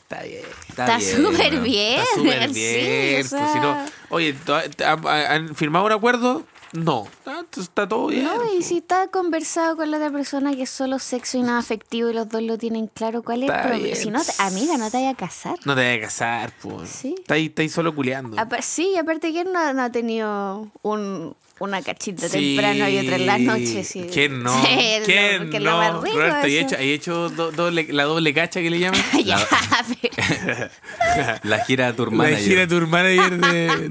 B: Está bien.
C: Está súper
D: weón.
C: bien.
B: Está súper
C: *laughs* sí,
B: bien. pues,
C: o
B: si no-
C: sea,
B: oye, ¿to- ¿han, han firmado un acuerdo? No. Ah, entonces Está todo bien.
C: No, y si está conversado con la otra persona que es solo sexo y nada afectivo y los dos lo tienen claro, ¿cuál es el
B: Está
C: problema?
B: bien.
C: Si no, te- amiga, no te vayas a casar.
B: No te vayas a casar, pues.
C: Sí.
B: Está ahí, está ahí solo culeando.
C: Apa- sí, y aparte, ¿quién no, no ha tenido un, una cachita
B: Sí.
C: temprano y otra en la noche? Sí.
B: ¿Quién no?
C: *laughs* Sí, es lo-
B: ¿Quién
C: porque es lo
B: no?
C: más rico
B: Roberto, ¿y
C: eso. *laughs*
B: hecho, ¿y hecho do- doble- la doble cacha que le llaman?
C: Ya, *laughs* pero-
D: La gira de tu
B: La
D: hermana.
B: gira tu manager
C: *laughs*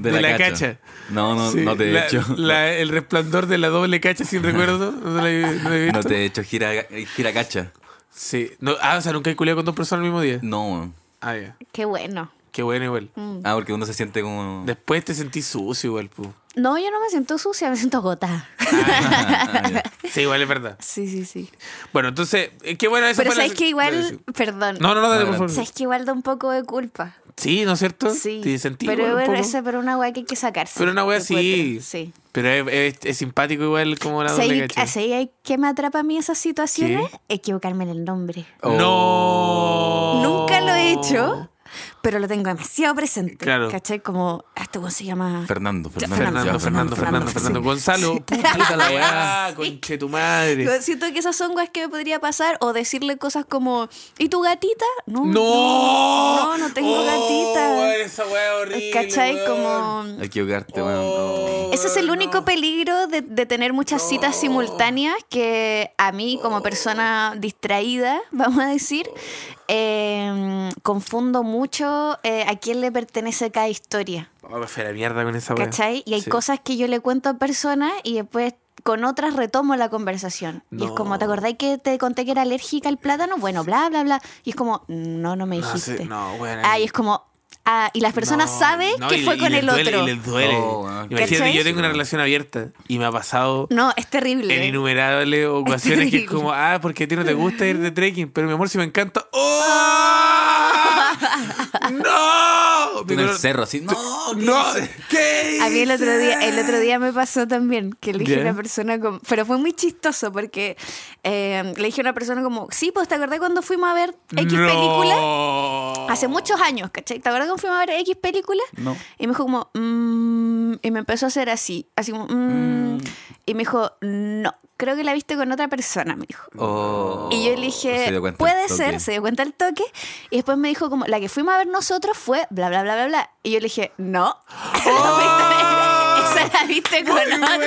B: de, de la, cacha.
D: No, no,
B: Sí,
D: no te he
B: la-
D: hecho.
B: la- el resplandor de la doble cacha
C: *laughs*
B: sin recuerdo. No la he- no la he
D: *laughs* No
B: visto.
D: te
B: *laughs*
D: he hecho gira, gira cacha.
B: Sí. No, ah, o sea, nunca he culeado con dos personas al mismo día.
D: No, weón.
B: Ah, ya.
C: Qué bueno.
B: Qué bueno igual.
C: Mm.
D: Ah, porque uno se siente como.
B: *laughs* Después te sentís sucio igual, pu.
C: No, yo no me siento sucia, me siento agotada.
D: Ah, ya.
B: Sí, igual es verdad.
C: *laughs* sí, sí, sí.
B: Bueno, entonces, eh, qué bueno eso.
C: Pero sabes que igual, perdón.
B: No, no, no, dale, por
D: Adelante.
B: favor.
C: Sabes que igual da un poco de culpa.
B: Sí, ¿no es cierto?
C: Sí.
B: Te sentí
C: pero
B: igual un
C: bueno,
B: poco.
C: esa pero una weá que hay que sacarse.
B: Pero una wea
C: Yo encuentro,
B: sí.
C: Sí.
B: Pero es, es- es simpático igual como la doble
C: ¿Sabéis
B: cacha.
C: sabéis ahí qué me atrapa a mí esas situaciones? Equivocarme en el nombre.
B: Oh. No.
C: Nunca lo he hecho, pero lo tengo demasiado presente.
B: Claro.
C: ¿Cachai? Como, ah, este weón se llama.
D: Fernando, Fernando,
B: Fernando,
D: ya,
B: Fernando, Fernando,
C: Fernando,
B: Fernando.
C: sí.
B: Gonzalo, puta
C: *laughs*
B: la weá, conche tu madre.
C: Yo Siento que esas son weas que me podría pasar o decirle cosas como, ¿y tu gatita? No.
B: ¡No!
C: No, no tengo
B: Oh, weón,
C: gatita.
B: Esa weá horrible.
C: ¿Cachai?
B: weón.
C: Como.
D: Equivocarte, weón. no.
B: Oh,
C: Ese es el único peligro de, de tener muchas citas simultáneas que a mí como persona distraída, *laughs* vamos a decir, eh, confundo mucho eh, a quién le pertenece cada historia.
B: Oh, me fue a la mierda con esa weá.
C: ¿Cachai? Y hay
B: Sí.
C: cosas que yo le cuento a personas y después con otras retomo la conversación. Y es
B: No.
C: como, ¿te acordáis que te conté que era alérgica al plátano? Bueno, bla, bla, bla. Y es como, no, no me
B: No, sí,
C: dijiste.
B: no, bueno.
C: Ah, y es como, ah, y las personas saben
B: No,
C: que
B: y-
C: fue
B: y
C: con
B: les
C: el
B: duele,
C: otro.
B: Y les duele.
D: No, weón.
B: Imagínate que
C: ¿Cachai?
B: yo tengo una relación abierta y me ha
C: *laughs*
B: pasado
C: No, es terrible.
B: en innumerables ocasiones
C: *laughs*
B: que es como, ah, porque a ti no te gusta ir de trekking, pero mi amor, si me encanta.
C: *laughs*
B: ¡Oh! ¡No! ¡Oh,
D: Tú en el cerro así. No,
B: ¡No! ¿Qué?
C: A mí el otro
B: hice?"
C: día, el otro día me pasó también que le dije
B: Ya.
C: a una persona como, pero fue muy chistoso porque eh, le dije a una persona como, sí, pues te acordás cuando fuimos a ver X
B: No.
C: película hace muchos años, ¿cachai? ¿Te acordás cuando fuimos a ver X película?
D: No.
C: Y me dijo como, "Mm", y me empezó a hacer así, así como, "Mm". y me dijo, no, creo que la viste con otra persona, me dijo.
D: Oh,
C: Y yo le
D: se
C: dije,
D: dio cuenta
C: puede
D: al toque.
C: ser, se dio cuenta el toque. Y después me dijo como, la que fuimos a ver nosotros fue bla, bla, bla, bla, bla. Y yo le dije, no, *laughs*
B: ¡Oh!
C: esa la viste con
B: Muy
C: otra
B: bueno.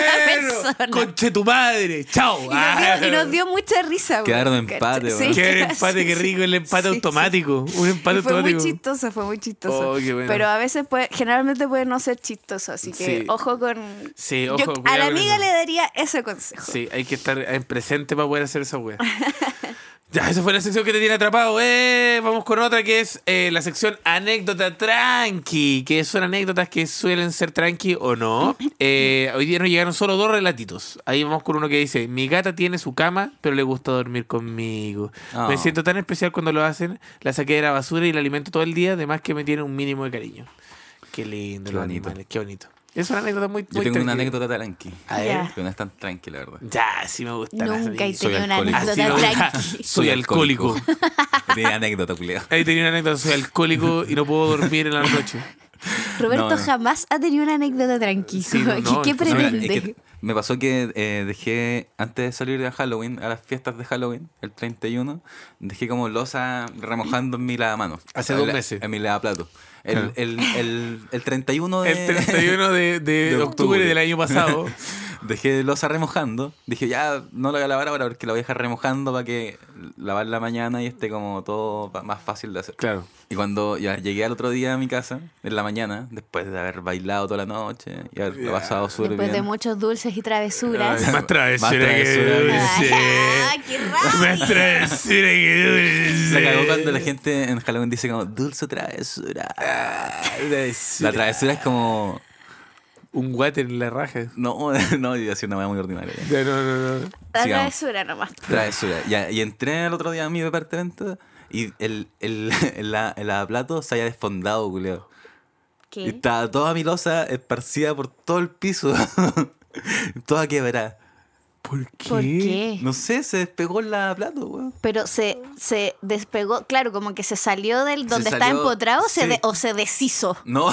C: persona.
B: Conche tu madre. Chao. Ah.
C: Y nos, dio, y nos dio mucha risa. güey.
D: Quedaron empate,
C: ¿Cachai?
D: güey.
B: Qué buen
C: *laughs* sí,
B: empate, qué
C: sí,
B: rico el empate
C: sí, sí.
B: automático. Un empate
C: Y fue muy
B: automático.
C: chistoso, fue muy chistoso.
B: Oh, qué bueno.
C: Pero a veces puede, generalmente puede no ser chistoso, así que
B: Sí.
C: ojo con.
B: Sí,
C: Yo
B: ojo,
C: a
B: cuidado
C: la
B: con
C: amiga
B: eso.
C: le daría ese consejo.
B: Sí, hay que estar en presente para poder hacer esa wea. *laughs* Ya, esa fue la sección que te tiene atrapado. ¡Eh! Vamos con otra que es eh, la sección anécdota tranqui, que son anécdotas que suelen ser tranqui o
D: *laughs*
B: no. Eh, hoy día nos llegaron solo dos relatitos. Ahí vamos con uno que dice, mi gata tiene su cama, pero le gusta dormir conmigo.
D: Ah.
B: Me siento tan especial cuando lo hacen, la saqué de la basura y la alimento todo el día, además que me tiene un mínimo de cariño. Qué lindo,
D: Qué
B: los
D: bonito.
B: animales, qué bonito. Es una anécdota muy,
D: Yo
B: muy
D: tengo una
B: tranqui.
D: anécdota tranqui.
B: A ver.
C: Ya.
D: Pero no es tan tranqui, la
C: *laughs*
D: verdad.
B: Ya, sí me gusta.
C: Nunca he
D: Soy
C: tenido una
D: alcohólico.
B: Así me gusta.
C: anécdota
B: *laughs*
C: tranqui.
B: Soy alcohólico.
D: Tiene anécdota,
C: *laughs*
D: culiao.
B: Ahí tenía una anécdota, soy alcohólico y no puedo dormir en la noche.
C: Roberto
D: No, no.
C: jamás ha tenido una anécdota tranqui.
B: Sí, no, no,
C: *laughs* ¿Qué
B: es
D: No, mira,
C: pretende?
D: es que me pasó que eh, dejé, antes de salir de Halloween, a las fiestas de Halloween, el 31, dejé como losa remojando en mi lavamanos.
B: Hace
D: En
B: dos
D: la-
B: meses.
D: En mi lavaplato. El, el, el, el 31 de...
B: El 31 de, de
D: De
B: octubre
D: octubre.
B: del año
D: *laughs*
B: pasado.
D: Dejé losa remojando. Dije, ya, no la voy a lavar ahora porque la voy a dejar remojando para que lavarla mañana y esté como todo pa- más fácil de hacer.
B: Claro.
D: Y cuando ya llegué al otro día a mi casa, en la mañana, después de haber bailado toda la noche y haber pasado súper bien.
C: Después de muchos dulces y travesuras.
B: Ay, Más travesura
D: Más travesura.
C: *laughs*
B: que
C: Ay,
B: *laughs*
C: qué
B: dulce.
C: raro.
B: Más travesura que
D: Se cagó cuando la
B: dulce.
D: gente en Halloween dice como dulce travesura.
B: travesura.
D: La travesura es como.
B: Un guate en la raja.
D: No, *laughs* no, yo decía una manera muy ordinaria.
B: Ya, no, no, no.
C: La
D: Sigamos.
C: travesura nomás.
D: Travesura. Ya, y entré el otro día a mi departamento y el, el, *laughs* el, la- el lavaplato se había desfondado, culeo. Y
C: ¿Qué?
D: estaba toda mi losa esparcida por todo el piso. *laughs* toda quebrada.
B: ¿Por qué?
C: ¿Por qué?
D: No sé, se despegó el lavaplato, weón.
C: Pero se, se despegó, claro, como que se salió del donde está
D: salió-
C: empotrado se
D: sí.
C: de- o se deshizo. *laughs*
D: No.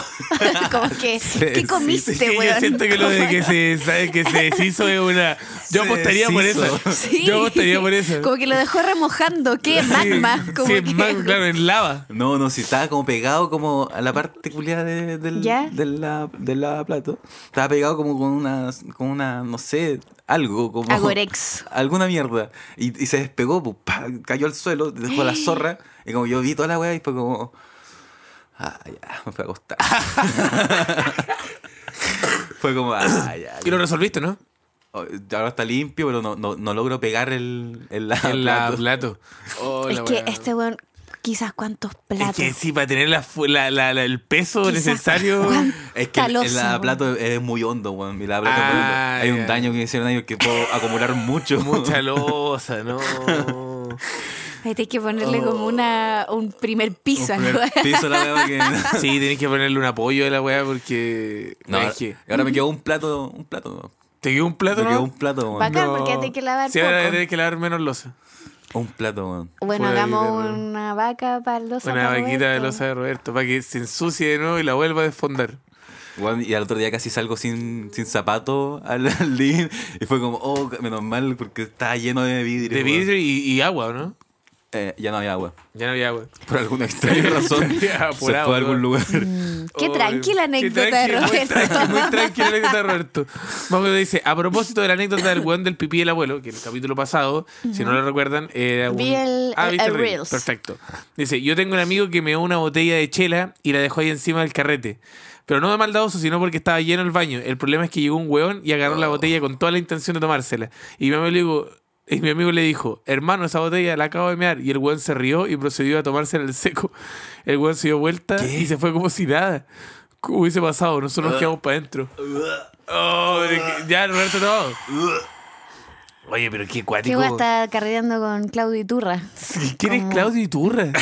C: como
B: *laughs*
C: que,
D: Se
C: ¿qué
B: Es
C: comiste,
B: que
C: weón?
B: yo siento que lo de que
C: *laughs*
B: se, sabe, que se deshizo es una. Yo
D: Se
B: apostaría por
D: deshizo.
B: eso. *laughs*
C: Sí.
B: Yo apostaría por eso.
C: Como que lo dejó remojando, ¿qué? Magma. Como
B: Sí,
C: que-
B: man- claro, en lava.
D: No, no, si estaba como pegado como a la parte culiada de- del,
C: ¿Ya?
D: del, la- del lavaplato. Estaba pegado como con una, con una no sé, algo como...
C: Agorex.
D: Alguna mierda. Y, y se despegó, pues, pa, cayó al suelo,
B: *gasps*
D: dejó la zorra. Y como yo vi toda la weá y fue como... Ah, ya, me fue a acostar. *laughs* fue como... Ah, ya.
B: Y lo resolviste,
D: *laughs*
B: ¿no?
D: Oh, Ahora está limpio, pero no, no, no logro pegar el, el
B: En la
D: lavaplato.
B: plato. Oh,
C: es
B: la
C: que
B: weá.
C: este weón, quizás cuántos
B: Es
C: platos.
B: que sí, para tener la, fu- la- la- la- el peso
C: Quizás
B: necesario.
C: cuán-
D: Es que el,
C: Talosa,
D: el lavaplato es muy hondo, weón. Mi lavaplato es muy hondo.
B: Ah,
D: Hay
B: ya.
D: un daño que me hicieron ellos que puedo acumular mucho.
B: *laughs*
D: *laughs*
B: Mucha losa, ¿no?
C: Ahí tienes que ponerle como una, un primer
D: Un
C: piso al
D: primer
C: weón.
D: piso la weá
B: *laughs*
D: que...
B: Sí, tenés que ponerle un apoyo a la weá porque.
D: No,
B: es que-
D: ahora me quedó un plato, un plato.
B: ¿Te quedó un
D: Me
B: plato,
D: quedó
B: no?
D: un plato, weón.
C: Bacán,
B: No.
C: porque hay que lavar
B: Sí, ahora
C: poco.
B: tenés que lavar menos losa.
D: Un plato, weón.
C: *laughs* Bueno,
B: Pura
C: hagamos
B: vida, weón.
C: una vaca para los
B: Una vaquita de
C: los
B: losa de Roberto para que se ensucie de nuevo y la vuelva a desfondar.
D: Weón, Y al otro día casi salgo sin, sin zapato al, *laughs* al living. Y fue como, oh, menos mal, porque estaba lleno de vidrio.
B: De
D: weón.
B: vidrio y, y agua, ¿no?
D: Eh, ya no había agua.
B: Ya no había *laughs* agua.
D: Por
B: *laughs*
D: alguna extraña razón.
B: Ya,
D: se
B: por
D: fue
B: agua,
D: a algún lugar.
C: Qué
B: Oh, qué
C: tranquila anécdota de
B: tranquila, muy
C: Roberto.
B: tranquila, Muy tranquila la anécdota de Roberto. Vamos que dice, a propósito de la anécdota del weón del pipí del abuelo, que en el capítulo pasado, si no lo recuerdan, era un...
C: Vi el-
B: Ah,
C: el-
B: ¿viste
C: el
B: reel?
C: Reels.
B: Perfecto. Dice, yo tengo un amigo que meó una botella de chela y la dejó ahí encima del carrete. Pero no de maldadoso, sino porque estaba lleno el baño. El problema es que llegó un weón y agarró la botella con toda la intención de tomársela. Y mi amigo le digo, Y mi amigo le dijo, hermano, esa botella la acabo de mear. Y el weón se rió y procedió a tomarse en el seco. El weón se dio vuelta y se fue como si nada. ¿Cómo hubiese pasado?
D: Ah.
B: Nosotros nos quedamos para adentro. Oh, de que- ya, Roberto, no. Oye, pero qué
C: ¿Qué weá
B: cuático.
C: está carreando con Claudio Iturra?
B: ¿Quién es
C: Como-
B: Claudio Iturra?
D: *laughs*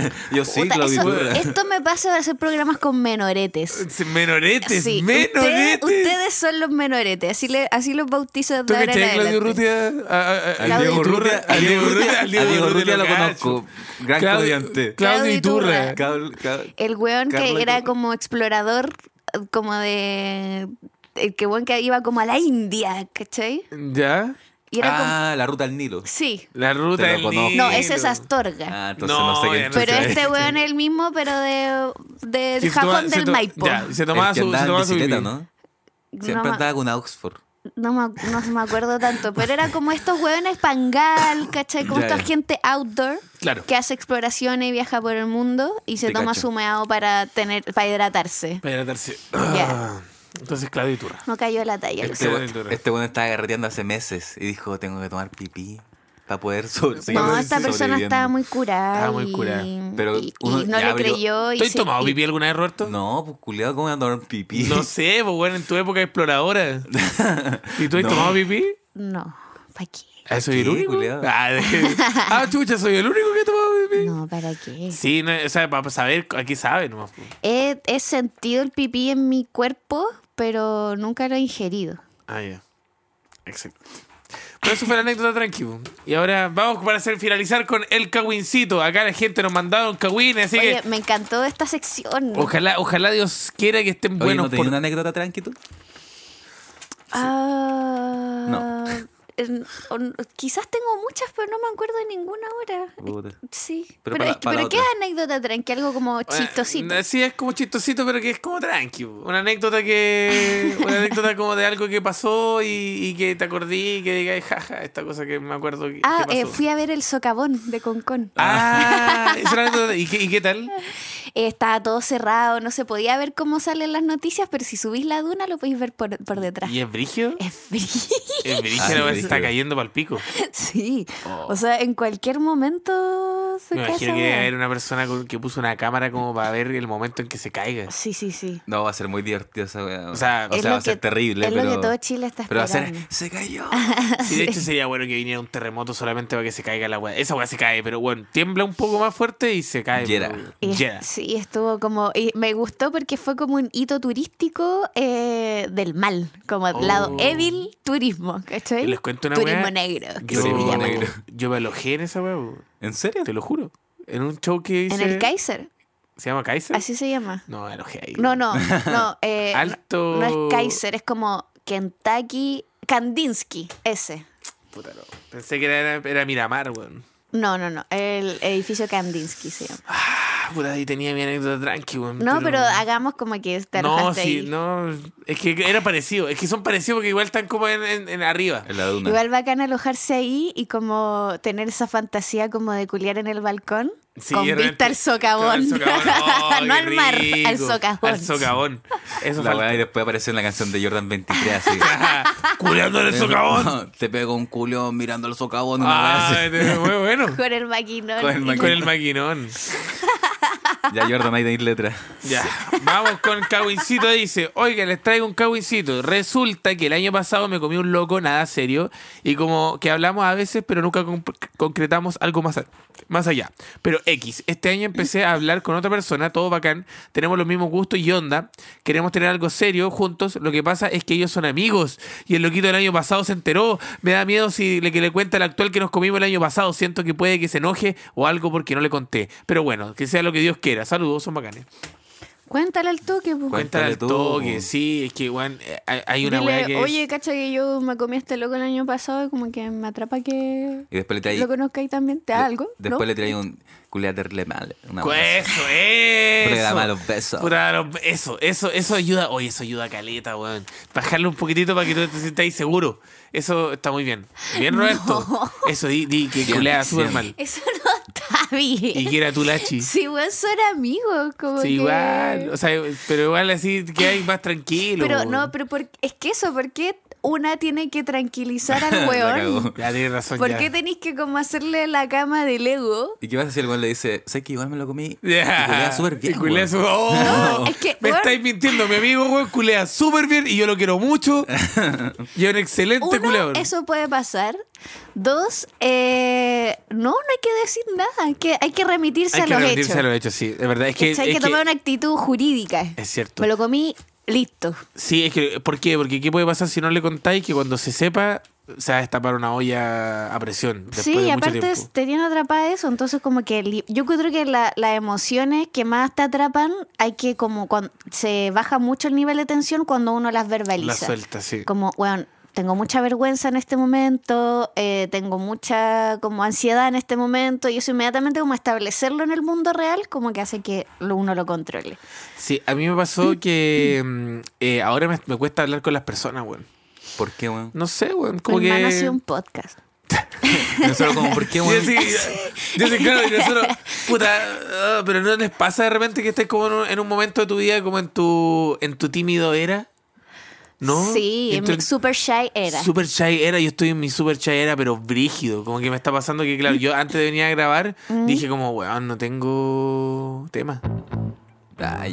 D: *laughs* Yo sí,
C: Puta,
D: Claudio.
C: eso-
D: Iturra.
C: esto me pasa de hacer programas con menoretes.
B: Menoretes,
C: Sí, usted-
B: menoretes.
C: ustedes son los menoretes, así, le, así los bautizo
B: ¿Tú
C: de ahora en
B: cachai a Claudio
C: adelante.
B: Urrutia? A- a- a-
D: Al Diego Urrutia,
B: Al Diego Urrutia, al
D: a Diego Urrutia lo
B: cacho.
D: conozco. Gran
B: Claudio-
D: comediante.
B: Claudio
C: Claudio
B: Iturra.
C: Iturra.
D: Cab- cab-
C: El weón
D: Carla-
C: que era como explorador, eh, como de... El que weón que iba como a la India, ¿cachai?
B: ¿Ya?
C: Y era como...
D: Ah, la ruta al Nilo.
C: Sí.
B: La ruta
D: Te lo
B: del
D: conozco.
B: Nilo.
C: No, ese es Astorga.
D: Ah, entonces no,
B: No,
D: sé
B: ya
D: quién
B: no
C: pero
B: sé.
D: *laughs*
C: este weón es el mismo, pero de, del
B: Sí, se toma-
C: jajón
B: se
C: del
B: to-
C: Maipo.
B: Ya, se
D: El
B: tomaba
D: que
B: su, se
D: andaba en
B: tomaba su
D: bicicleta,
B: bibi.
D: ¿no?
C: No
D: Siempre
C: me-
D: andaba con una Oxford.
C: No me, ac- no me acuerdo tanto, pero era como estos hueones pangal, ¿cachai? Como
D: Ya,
C: esta
D: ya.
C: gente outdoor
B: Claro.
C: que hace exploraciones y viaja por el mundo y se
D: Te
C: toma
D: cacho.
C: su meado para tener para hidratarse.
B: Para hidratarse.
C: Ya.
B: Entonces, Claudio Iturra.
C: No cayó la talla. lo
D: Este,
C: siento.
B: Claudio
D: buen-
B: Iturra.
D: este bueno estaba garreteando hace meses y dijo, tengo que tomar pipí para poder sobre- seguir
C: No, esta persona
D: sobreviviendo".
C: estaba muy curada.
B: Estaba muy
C: y-
B: curada.
D: Pero
C: y, y
D: uno-
C: no
D: ya,
C: le
D: pero yo-
C: creyó. y
B: ¿Estoy
C: se-
B: tomado
C: y-
B: pipí alguna vez, Roberto?
D: No, pues culiado, ¿cómo voy a tomar pipí?
B: No sé, pues bueno, en tu época
D: *laughs*
B: exploradora. ¿Y tú has
D: No.
B: tomado pipí?
C: No, ¿para qué?
B: Ah, soy el
D: ¿Qué,
B: único.
D: culiao?
B: Ah, de- *laughs* ah, chucha, soy el único que ha tomado pipí.
C: No, ¿para qué?
B: Sí, no, o sea, para saber, aquí sabe nomás. pues.
C: He, he sentido el pipí en mi cuerpo, pero nunca lo he ingerido.
B: Ah, ya. Exacto. Pero eso fue la anécdota tranquilo. Y ahora vamos para hacer finalizar con el cagüincito. Acá la gente nos mandaron cagüines, así
C: Oye,
B: que
C: me encantó esta sección.
B: ojalá, ojalá Dios quiera que estén
D: Oye,
B: buenos.
D: ¿no tenía
B: por-
D: una anécdota tranqui tú?
C: Ah,
D: No.
C: en- o n- quizás tengo muchas, pero no me acuerdo de ninguna ahora.
D: Puta.
C: Sí.
D: Pero
C: Pero,
D: para-
C: es que-
D: para
C: pero
D: otra.
C: ¿qué anécdota tranqui? Algo como
B: Bueno,
C: chistosito.
B: Sí, Eh, es como chistosito, pero que es como tranquilo. Una anécdota
C: *laughs*
B: que. Una anécdota como de algo que pasó y, y que te acordí y que digas, jaja, esta cosa que me acuerdo que, que
C: Ah,
B: pasó.
C: eh, fui a ver el socavón de Concón.
B: Ah, es una anécdota. ¿Y qué, y qué tal?
C: Eh, estaba todo cerrado, no se podía ver cómo salen las noticias, pero si subís la duna lo podéis ver por, por detrás.
B: ¿Y es brígido?
C: Es frío. *laughs*
B: Es brígido,
D: Ah, es
B: se está
D: brígido.
B: cayendo para el pico.
C: Sí. O sea, en cualquier momento se
B: Oh. Me
C: cae esa
B: imagino que debe
C: weá.
B: haber una persona con- que puso una cámara como para ver el momento en que se caiga.
C: Sí, sí, sí.
D: No, va a ser muy divertido esa weá.
B: O sea,
D: o
C: Es
D: sea
C: lo
D: va a ser
C: que-
D: terrible,
C: es lo
D: pero.
C: que todo Chile está
D: Pero va a ser.
C: esperando.
D: ¡Se
C: *laughs*
D: cayó!
B: Sí, de hecho sería bueno que viniera un terremoto solamente para que se caiga la weá. Esa weá se cae, pero bueno, tiembla un poco más fuerte y se cae.
D: Yera.
B: pero-
C: Y es-
B: Yera.
C: Sí, estuvo como. y me gustó porque fue como un hito turístico eh, del mal, como
B: Oh.
C: lado evil turismo, ¿cachai?
B: Y les cuento una
C: Turismo
B: weá.
C: negro, que
B: Yo,
C: se le
D: Turismo
C: llama.
D: negro.
B: yo me alojé en esa weá, weón.
D: ¿En serio?
B: te lo juro. En un show que hice.
C: En el Kaiser,
B: ¿Se llama Kaiser?
C: así se llama.
B: No, me alojé ahí.
C: No, no,
B: *laughs*
C: no. eh,
B: Alto.
C: No es Kaiser, es como Kentucky. Kandinsky, ese.
B: Puta, no. Pensé que era, era, era Miramar, weón.
C: No, no, no. El edificio Kandinsky se llama.
B: Ah, puta, ahí tenía mi anécdota tranqui, weón.
C: No, pero hagamos como que te
B: No,
C: arrojaste
B: sí,
C: ahí.
B: no. Es que era parecido. Es que son parecidos porque igual están como en, en- en arriba.
D: En la duna.
C: Igual bacán alojarse ahí y como tener esa fantasía como de culiar en el balcón
B: Sí,
C: con
B: y de
C: vista
B: repente-
C: al socavón.
B: Con el
C: *laughs*
B: socavón. Oh,
C: no
B: qué
C: al mar, al
B: rico.
C: socavón.
B: Al socavón. Eso
D: La weá, y
B: falta.
D: después apareció en la canción de Jordan 23 *laughs* así.
B: Culeando en el socavón.
D: No, *laughs* Te pego un culo mirando el socavón. Una weá
B: Ah,
D: así.
B: de- muy bueno.
C: Con el maquinón.
D: Con el maquinón.
B: Con el maquinón.
D: Ya Jordan, ahí tenéis letra.
B: Ya. Vamos con Cawincito. Dice: Oiga, les traigo un Cawincito. Resulta que el año pasado me comí un loco, nada serio. Y como que hablamos a veces, pero nunca comp- concretamos algo más, a- más allá. Pero X, este año empecé a hablar con otra persona, todo bacán. Tenemos los mismos gustos y onda. Queremos tener algo serio juntos. Lo que pasa es que ellos son amigos. Y el loquito del año pasado se enteró. Me da miedo si le, que le cuenta el actual que nos comimos el año pasado. Siento que puede que se enoje o algo porque no le conté. Pero bueno, que sea lo que Dios quiera. Saludos, son bacanes.
C: Cuéntale al toque,
D: Cuéntale
C: pues.
B: Cuéntale al
D: tú.
B: toque, sí, es que igual eh, hay- hay una
C: Dile,
B: weá que. es-
C: Oye, cacha que yo me comí a este loco el año pasado y como que me atrapa que
D: Y después le tiráis.
C: lo conozca y también te da algo. ¿no?
D: Después le tiráis un culiaterle mal. Una
B: cu-
D: weá así.
B: eso, eso.
D: Programa los besos.
B: Puta, los- eso, eso, eso ayuda. Oye, eso ayuda a caleta, weón. Bajarle un poquitito para que tú te sientas ahí seguro. Eso está muy bien. Bien, Roberto. Eso, di, di que
D: Bien,
B: culea
D: bien.
B: súper mal.
C: Eso no está bien.
B: Y que era tu
C: *laughs*
B: lachi.
C: Si vos son amigos, como
B: Sí,
C: que-
B: igual. O sea, pero igual así que hay más tranquilo.
C: Pero
B: weón.
C: no, pero por- es que eso, ¿por qué una tiene que tranquilizar
B: *laughs*
C: al weón.
D: cagó.
B: Ya tienes razón.
C: ¿Por
B: ya.
C: qué tenéis que como hacerle la cama del ego?
D: ¿Y qué pasa si el weón le dice, sé que igual me lo comí?
B: Yeah.
D: Y culea súper bien.
B: Y culea *laughs*
D: weón.
B: su- ¡Oh!
C: No, es que,
B: Me
C: weón-
B: estáis mintiendo, mi amigo, weón. Culea súper bien y yo lo quiero *laughs* mucho. Y es un excelente
C: Uno,
B: culeador.
C: eso puede pasar. Dos, eh, no, no hay que decir nada. Hay que, hay que remitirse
B: Hay
C: a
B: que
C: los
B: remitirse
C: hechos.
B: a los hechos, sí. Es verdad. Es que,
C: ¿Cachai? hay
B: es
C: que
B: que-
C: tomar una actitud jurídica.
B: Es cierto.
C: Me lo comí, listo.
B: Sí, es que, ¿por qué? Porque ¿qué puede pasar si no le contáis que cuando se sepa se va a destapar una olla a presión después
C: sí,
B: de
C: y
B: mucho
C: aparte
B: tiempo?
C: es- tenían atrapada eso, entonces como que li- yo creo que la- las emociones que más te atrapan hay que como cuando se baja mucho el nivel de tensión cuando uno las verbaliza.
B: La suelta, sí.
C: Como, bueno, tengo mucha vergüenza en este momento, eh, tengo mucha como ansiedad en este momento y eso inmediatamente como establecerlo en el mundo real como que hace que lo- uno lo controle.
B: Sí, a mí me pasó que mm, eh, ahora me, me cuesta hablar con las personas, weón.
D: ¿Por qué, weón?
B: No sé, weón. Como
C: Mi hermana
B: que.
C: hacía un podcast.
D: Nosotros como, ¿por qué,
B: Yo *laughs*
D: weón?
B: sí,
D: *laughs*
B: yo sí, claro, y nosotros, puta, ah, pero ¿no les pasa de repente que estés como en un, en un momento de tu vida, como en tu, en tu tímido era? ¿No?
C: Sí, en
B: Entonces-
C: mi super shy era.
B: Super Shy era, yo estoy en mi Super Shy era, pero brígido. Como que me está pasando que, claro, yo antes de venir a grabar
C: Mm.
B: dije como, weón, no tengo tema.
D: Ay,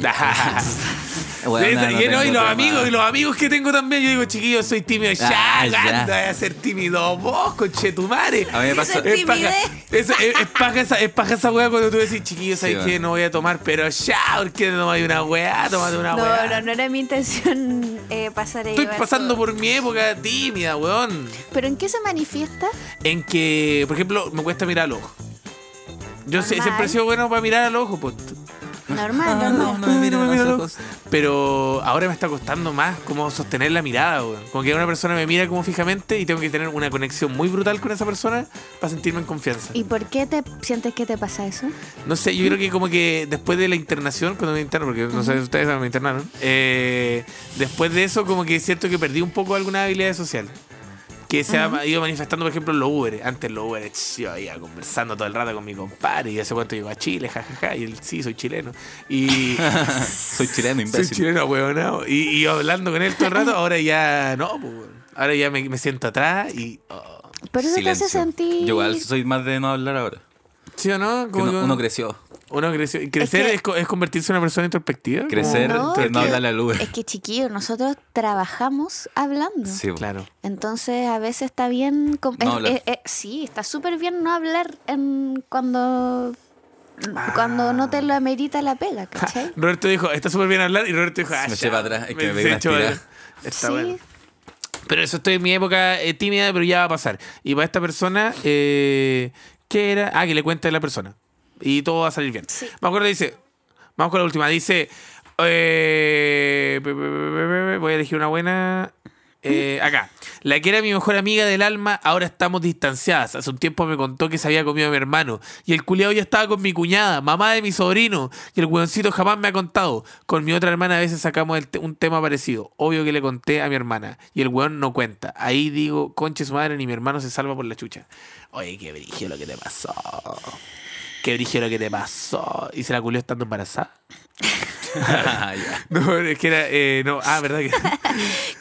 B: *laughs* y,
D: Ah, *laughs* weón, no, no
B: y no, y
D: tengo
B: los
D: tema.
B: amigos, y los amigos que tengo también, yo digo, chiquillo, soy tímido.
D: Ah,
B: ya,
D: ya.
B: anda a ser tímido vos, conchetumare.
D: A mí me
C: Sí,
D: pasó...
C: soy-
B: Es paja, es, es- es paja esa, es paja esa weá cuando tú decís, chiquillo,
D: Sí,
B: ¿sabes
D: bueno.
B: qué? No voy a tomar, pero ya, ¿por qué no tomáis una weá? Tomate una
C: no,
B: weá.
C: no, no era mi intención *laughs* eh, pasar a
B: Estoy
C: llevar
B: pasando
C: todo.
B: por mi época tímida, weón.
C: ¿Pero en qué se manifiesta?
B: en que, por ejemplo, me cuesta mirar al ojo. Yo sé-
C: Normal.
B: siempre he sido bueno para mirar al ojo, pues,
D: Ah,
C: Normal,
D: no,
C: normal.
D: no me miren
B: No me
D: los
B: miren
D: ojos.
B: pero ahora me está costando más como sostener la mirada, weón. Como que una persona me mira como fijamente y tengo que tener una conexión muy brutal con esa persona para sentirme en confianza.
C: ¿Y por qué te sientes que te pasa eso?
B: No sé, yo creo que como que después de la internación, cuando me internaron, porque no sé si ustedes saben, me internaron, eh, después de eso como que siento que perdí un poco alguna habilidad social. Que se ha ido manifestando, por ejemplo, en los Uber. Antes en los Uber ch, yo iba conversando todo el rato con mi compadre y hace cuánto llegó a Chile, jajaja, y él sí, soy chileno. Y
D: Soy chileno,
B: soy
D: imbécil.
B: chileno, huevonao. Y, y yo hablando con él todo el rato, ahora ya no, pues, weón. ahora ya me, me siento atrás y... oh.
C: Pero eso te
D: Silencio.
C: hace sentir.
D: Yo igual soy más de no hablar ahora.
B: ¿Sí o no?
D: Que
B: Como
D: uno,
B: que-
D: uno creció.
B: uno creció. Y crecer
C: que-
B: es, co- es convertirse en una persona introspectiva. como-
D: Crecer,
C: No,
D: que
C: es
D: no
C: que-
D: hablarle al Uber.
C: Es que chiquillo, nosotros trabajamos hablando.
D: Sí,
B: Claro. *laughs*
C: Entonces a veces está bien. com-
D: No
C: es-
D: hablar.
C: es- es- sí, está súper bien no hablar en cuando. Cuando no te lo amerita la pega, ¿cachai?
B: Roberto dijo, está súper bien hablar. Y Roberto dijo, ah,
D: Se me
B: ya,
D: lleva atrás, es que me
B: se
D: pegué una
B: echó
D: estirada.
B: atrás. *laughs* Está
C: sí,
B: bueno. Pero eso estoy en mi época eh, tímida, pero ya va a pasar. Y para esta persona, eh, ¿qué era? Ah, que le cuente a la persona. Y todo va a salir bien.
C: Sí.
B: Me acuerdo, dice, vamos con la última. Dice, eh, pe- pe- pe- pe- pe- voy a elegir una buena. Eh, acá, la que era mi mejor amiga del alma, ahora estamos distanciadas. Hace un tiempo me contó que se había comido a mi hermano. Y el culiado ya estaba con mi cuñada, mamá de mi sobrino. Y el hueoncito jamás me ha contado. Con mi otra hermana a veces sacamos el te- un tema parecido. Obvio que le conté a mi hermana. Y el hueón no cuenta. Ahí digo, conche su madre, ni mi hermano se salva por la chucha. Oye, qué brigio lo que te pasó. Qué brigio lo que te pasó. Y se la culió estando embarazada.
D: Ah, *laughs* ya.
B: *laughs* No, es que era. eh, no, ah, verdad que.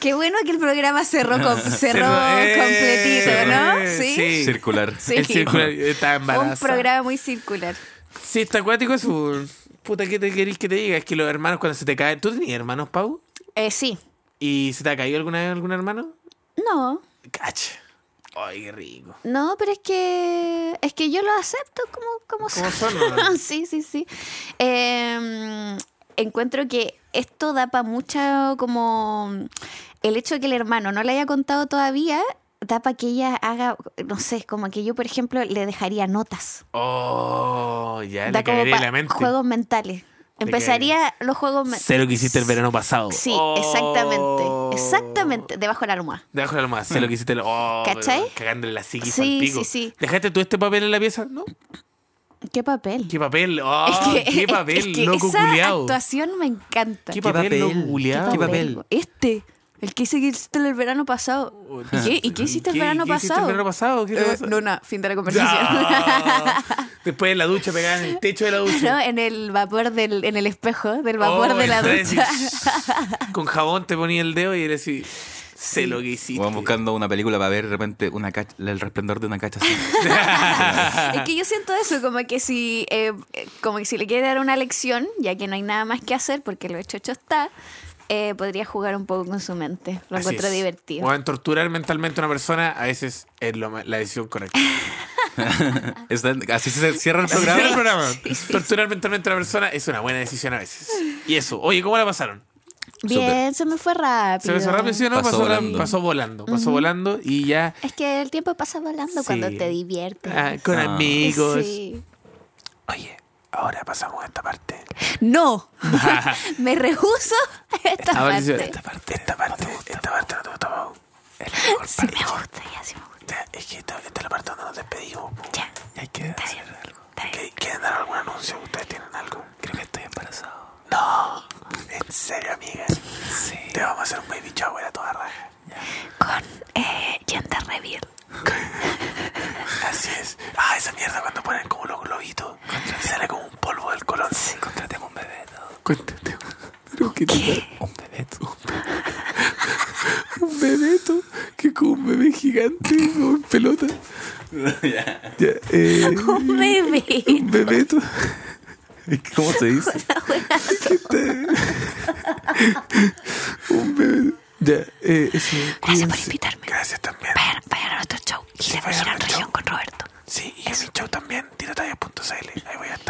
C: Qué bueno que el programa cerró, com- cerró
B: Eh,
C: completito, ¿no?
B: eh,
C: Sí.
B: sí.
D: Circular.
C: *laughs* Sí.
B: El círculo está
C: Un
B: embarazada.
C: programa muy circular.
B: Sí, está acuático es un. Puta, ¿qué te querís que te diga? Es que los hermanos cuando se te caen. ¿Tú tenías hermanos, Pau?
C: Eh, sí.
B: ¿Y se te ha caído alguna vez algún hermano?
C: No,
B: Cacha. Ay, qué rico.
C: no, pero es que es que yo lo acepto como como
B: ¿Cómo
C: soy.
B: son?
C: *laughs*
B: no?
C: sí, sí, sí. Eh, encuentro que esto da para mucha como el hecho de que el hermano no le haya contado todavía da para que ella haga no sé como que yo por ejemplo le dejaría notas
B: Oh, ya
C: da
B: le caeré
C: pa
B: la mente.
C: juegos mentales empezaría los juegos men-
B: Sé lo que hiciste el verano pasado.
C: sí
B: Oh.
C: exactamente exactamente debajo de la almohada
B: Debajo de la almohada, Oh. sé lo que hiciste. el- Oh,
C: ¿Cachai?
B: pero Cagándole la psiquis
C: Sí,
B: al pico.
C: sí, sí.
B: ¿Dejaste tú este papel en la pieza? ¿No?
C: qué papel
B: ¿Qué papel? Oh, ¿Qué papel,
C: *laughs* es que
B: loco
C: esa
B: culiao.
C: actuación me encanta
B: ¿Qué papel,
D: papel?
B: loco culiao?
D: ¿Qué papel?
C: Este, el que hice que hiciste el verano pasado.
E: Oh,
C: ¿Y qué, y qué hiciste
B: Oh,
C: el
B: ¿Qué-
C: verano
B: qué hiciste el
C: pasado?
B: verano pasado? ¿Qué te
C: Eh,
B: pasa?
E: *laughs*
C: no, no, fin de la conversación.
B: Ah. Después en la ducha, pegada en el techo de la ducha.
C: *laughs* No, en el vapor del, en el espejo, del vapor
B: Oh,
C: de
B: *laughs*
C: la
E: *laughs*
B: entonces,
C: ducha.
B: Con jabón te ponía el dedo y eres así.
E: Sé lo que hiciste.
D: Vamos buscando una película para ver de repente una cacha- el resplandor de una cacha
B: *laughs*
D: así.
C: Es que yo siento eso, como que si eh, eh, como que si le quiere dar una lección, ya que no hay nada más que hacer porque lo hecho hecho está, eh, podría jugar un poco con su mente. Lo
E: Así
C: encuentro
E: es.
C: divertido.
E: Bueno, torturar mentalmente a una persona a veces es lo ma- la decisión
C: *laughs*
E: correcta.
D: Está- así se cierra el
E: Así se llama
D: programa.
E: el programa. Torturar mentalmente a una persona es una buena decisión a veces. Y eso. Oye, ¿cómo la pasaron?
C: Bien, se me fue rápido.
E: ¿Se pasó rápido, sí o no?
D: Pasó
E: Pasó, la-
D: volando.
E: pasó volando. Pasó volando y ya.
C: Es que el tiempo pasa volando
E: Sí.
C: cuando te diviertes.
E: ah, con
D: Ah.
E: amigos.
C: Sí.
E: Oye, ahora pasamos a esta parte. *laughs*
C: No, *laughs* me rehuso a esta
E: Ahora Ah, sí,
C: parte.
E: esta parte, esta parte, esta parte no te gusta, Pau. Es la mejor
C: Sí
E: parte.
C: me gusta, ya sí me gusta.
E: Esta- Es que esta, esta es la parte donde nos despedimos. po.
C: Ya,
E: Y hay que
C: está bien, está bien.
E: ¿Qué- ¿Quieren dar algún anuncio? ¿Ustedes tienen algo? Creo que estoy embarazado. No. En serio, amigas. Sí. Te vamos a hacer un baby shower a toda raja.
C: Con eh, Gender Reveal.
E: Así es. Ah, esa mierda cuando ponen como los globitos. y Sale como un polvo del colón. Sí, contratemos un bebé. Contratemos.
D: Un bebeto.
E: Un bebeto que es como un bebé gigante o en pelota.
C: *laughs*
E: Ya, eh,
C: Un bebé.
E: un bebeto.
D: ¿Cómo se dice?
E: Un bebé. Ya, eh, eso.
C: Gracias por
E: cuídense.
C: invitarme.
E: Gracias también.
C: Vayan, vayan a nuestro show. Gira,
E: vayan
C: gira en
E: al
C: región
E: show.
C: con Roberto.
E: Sí, y en mi show también, tirotallas.cl. Ahí voy a estar.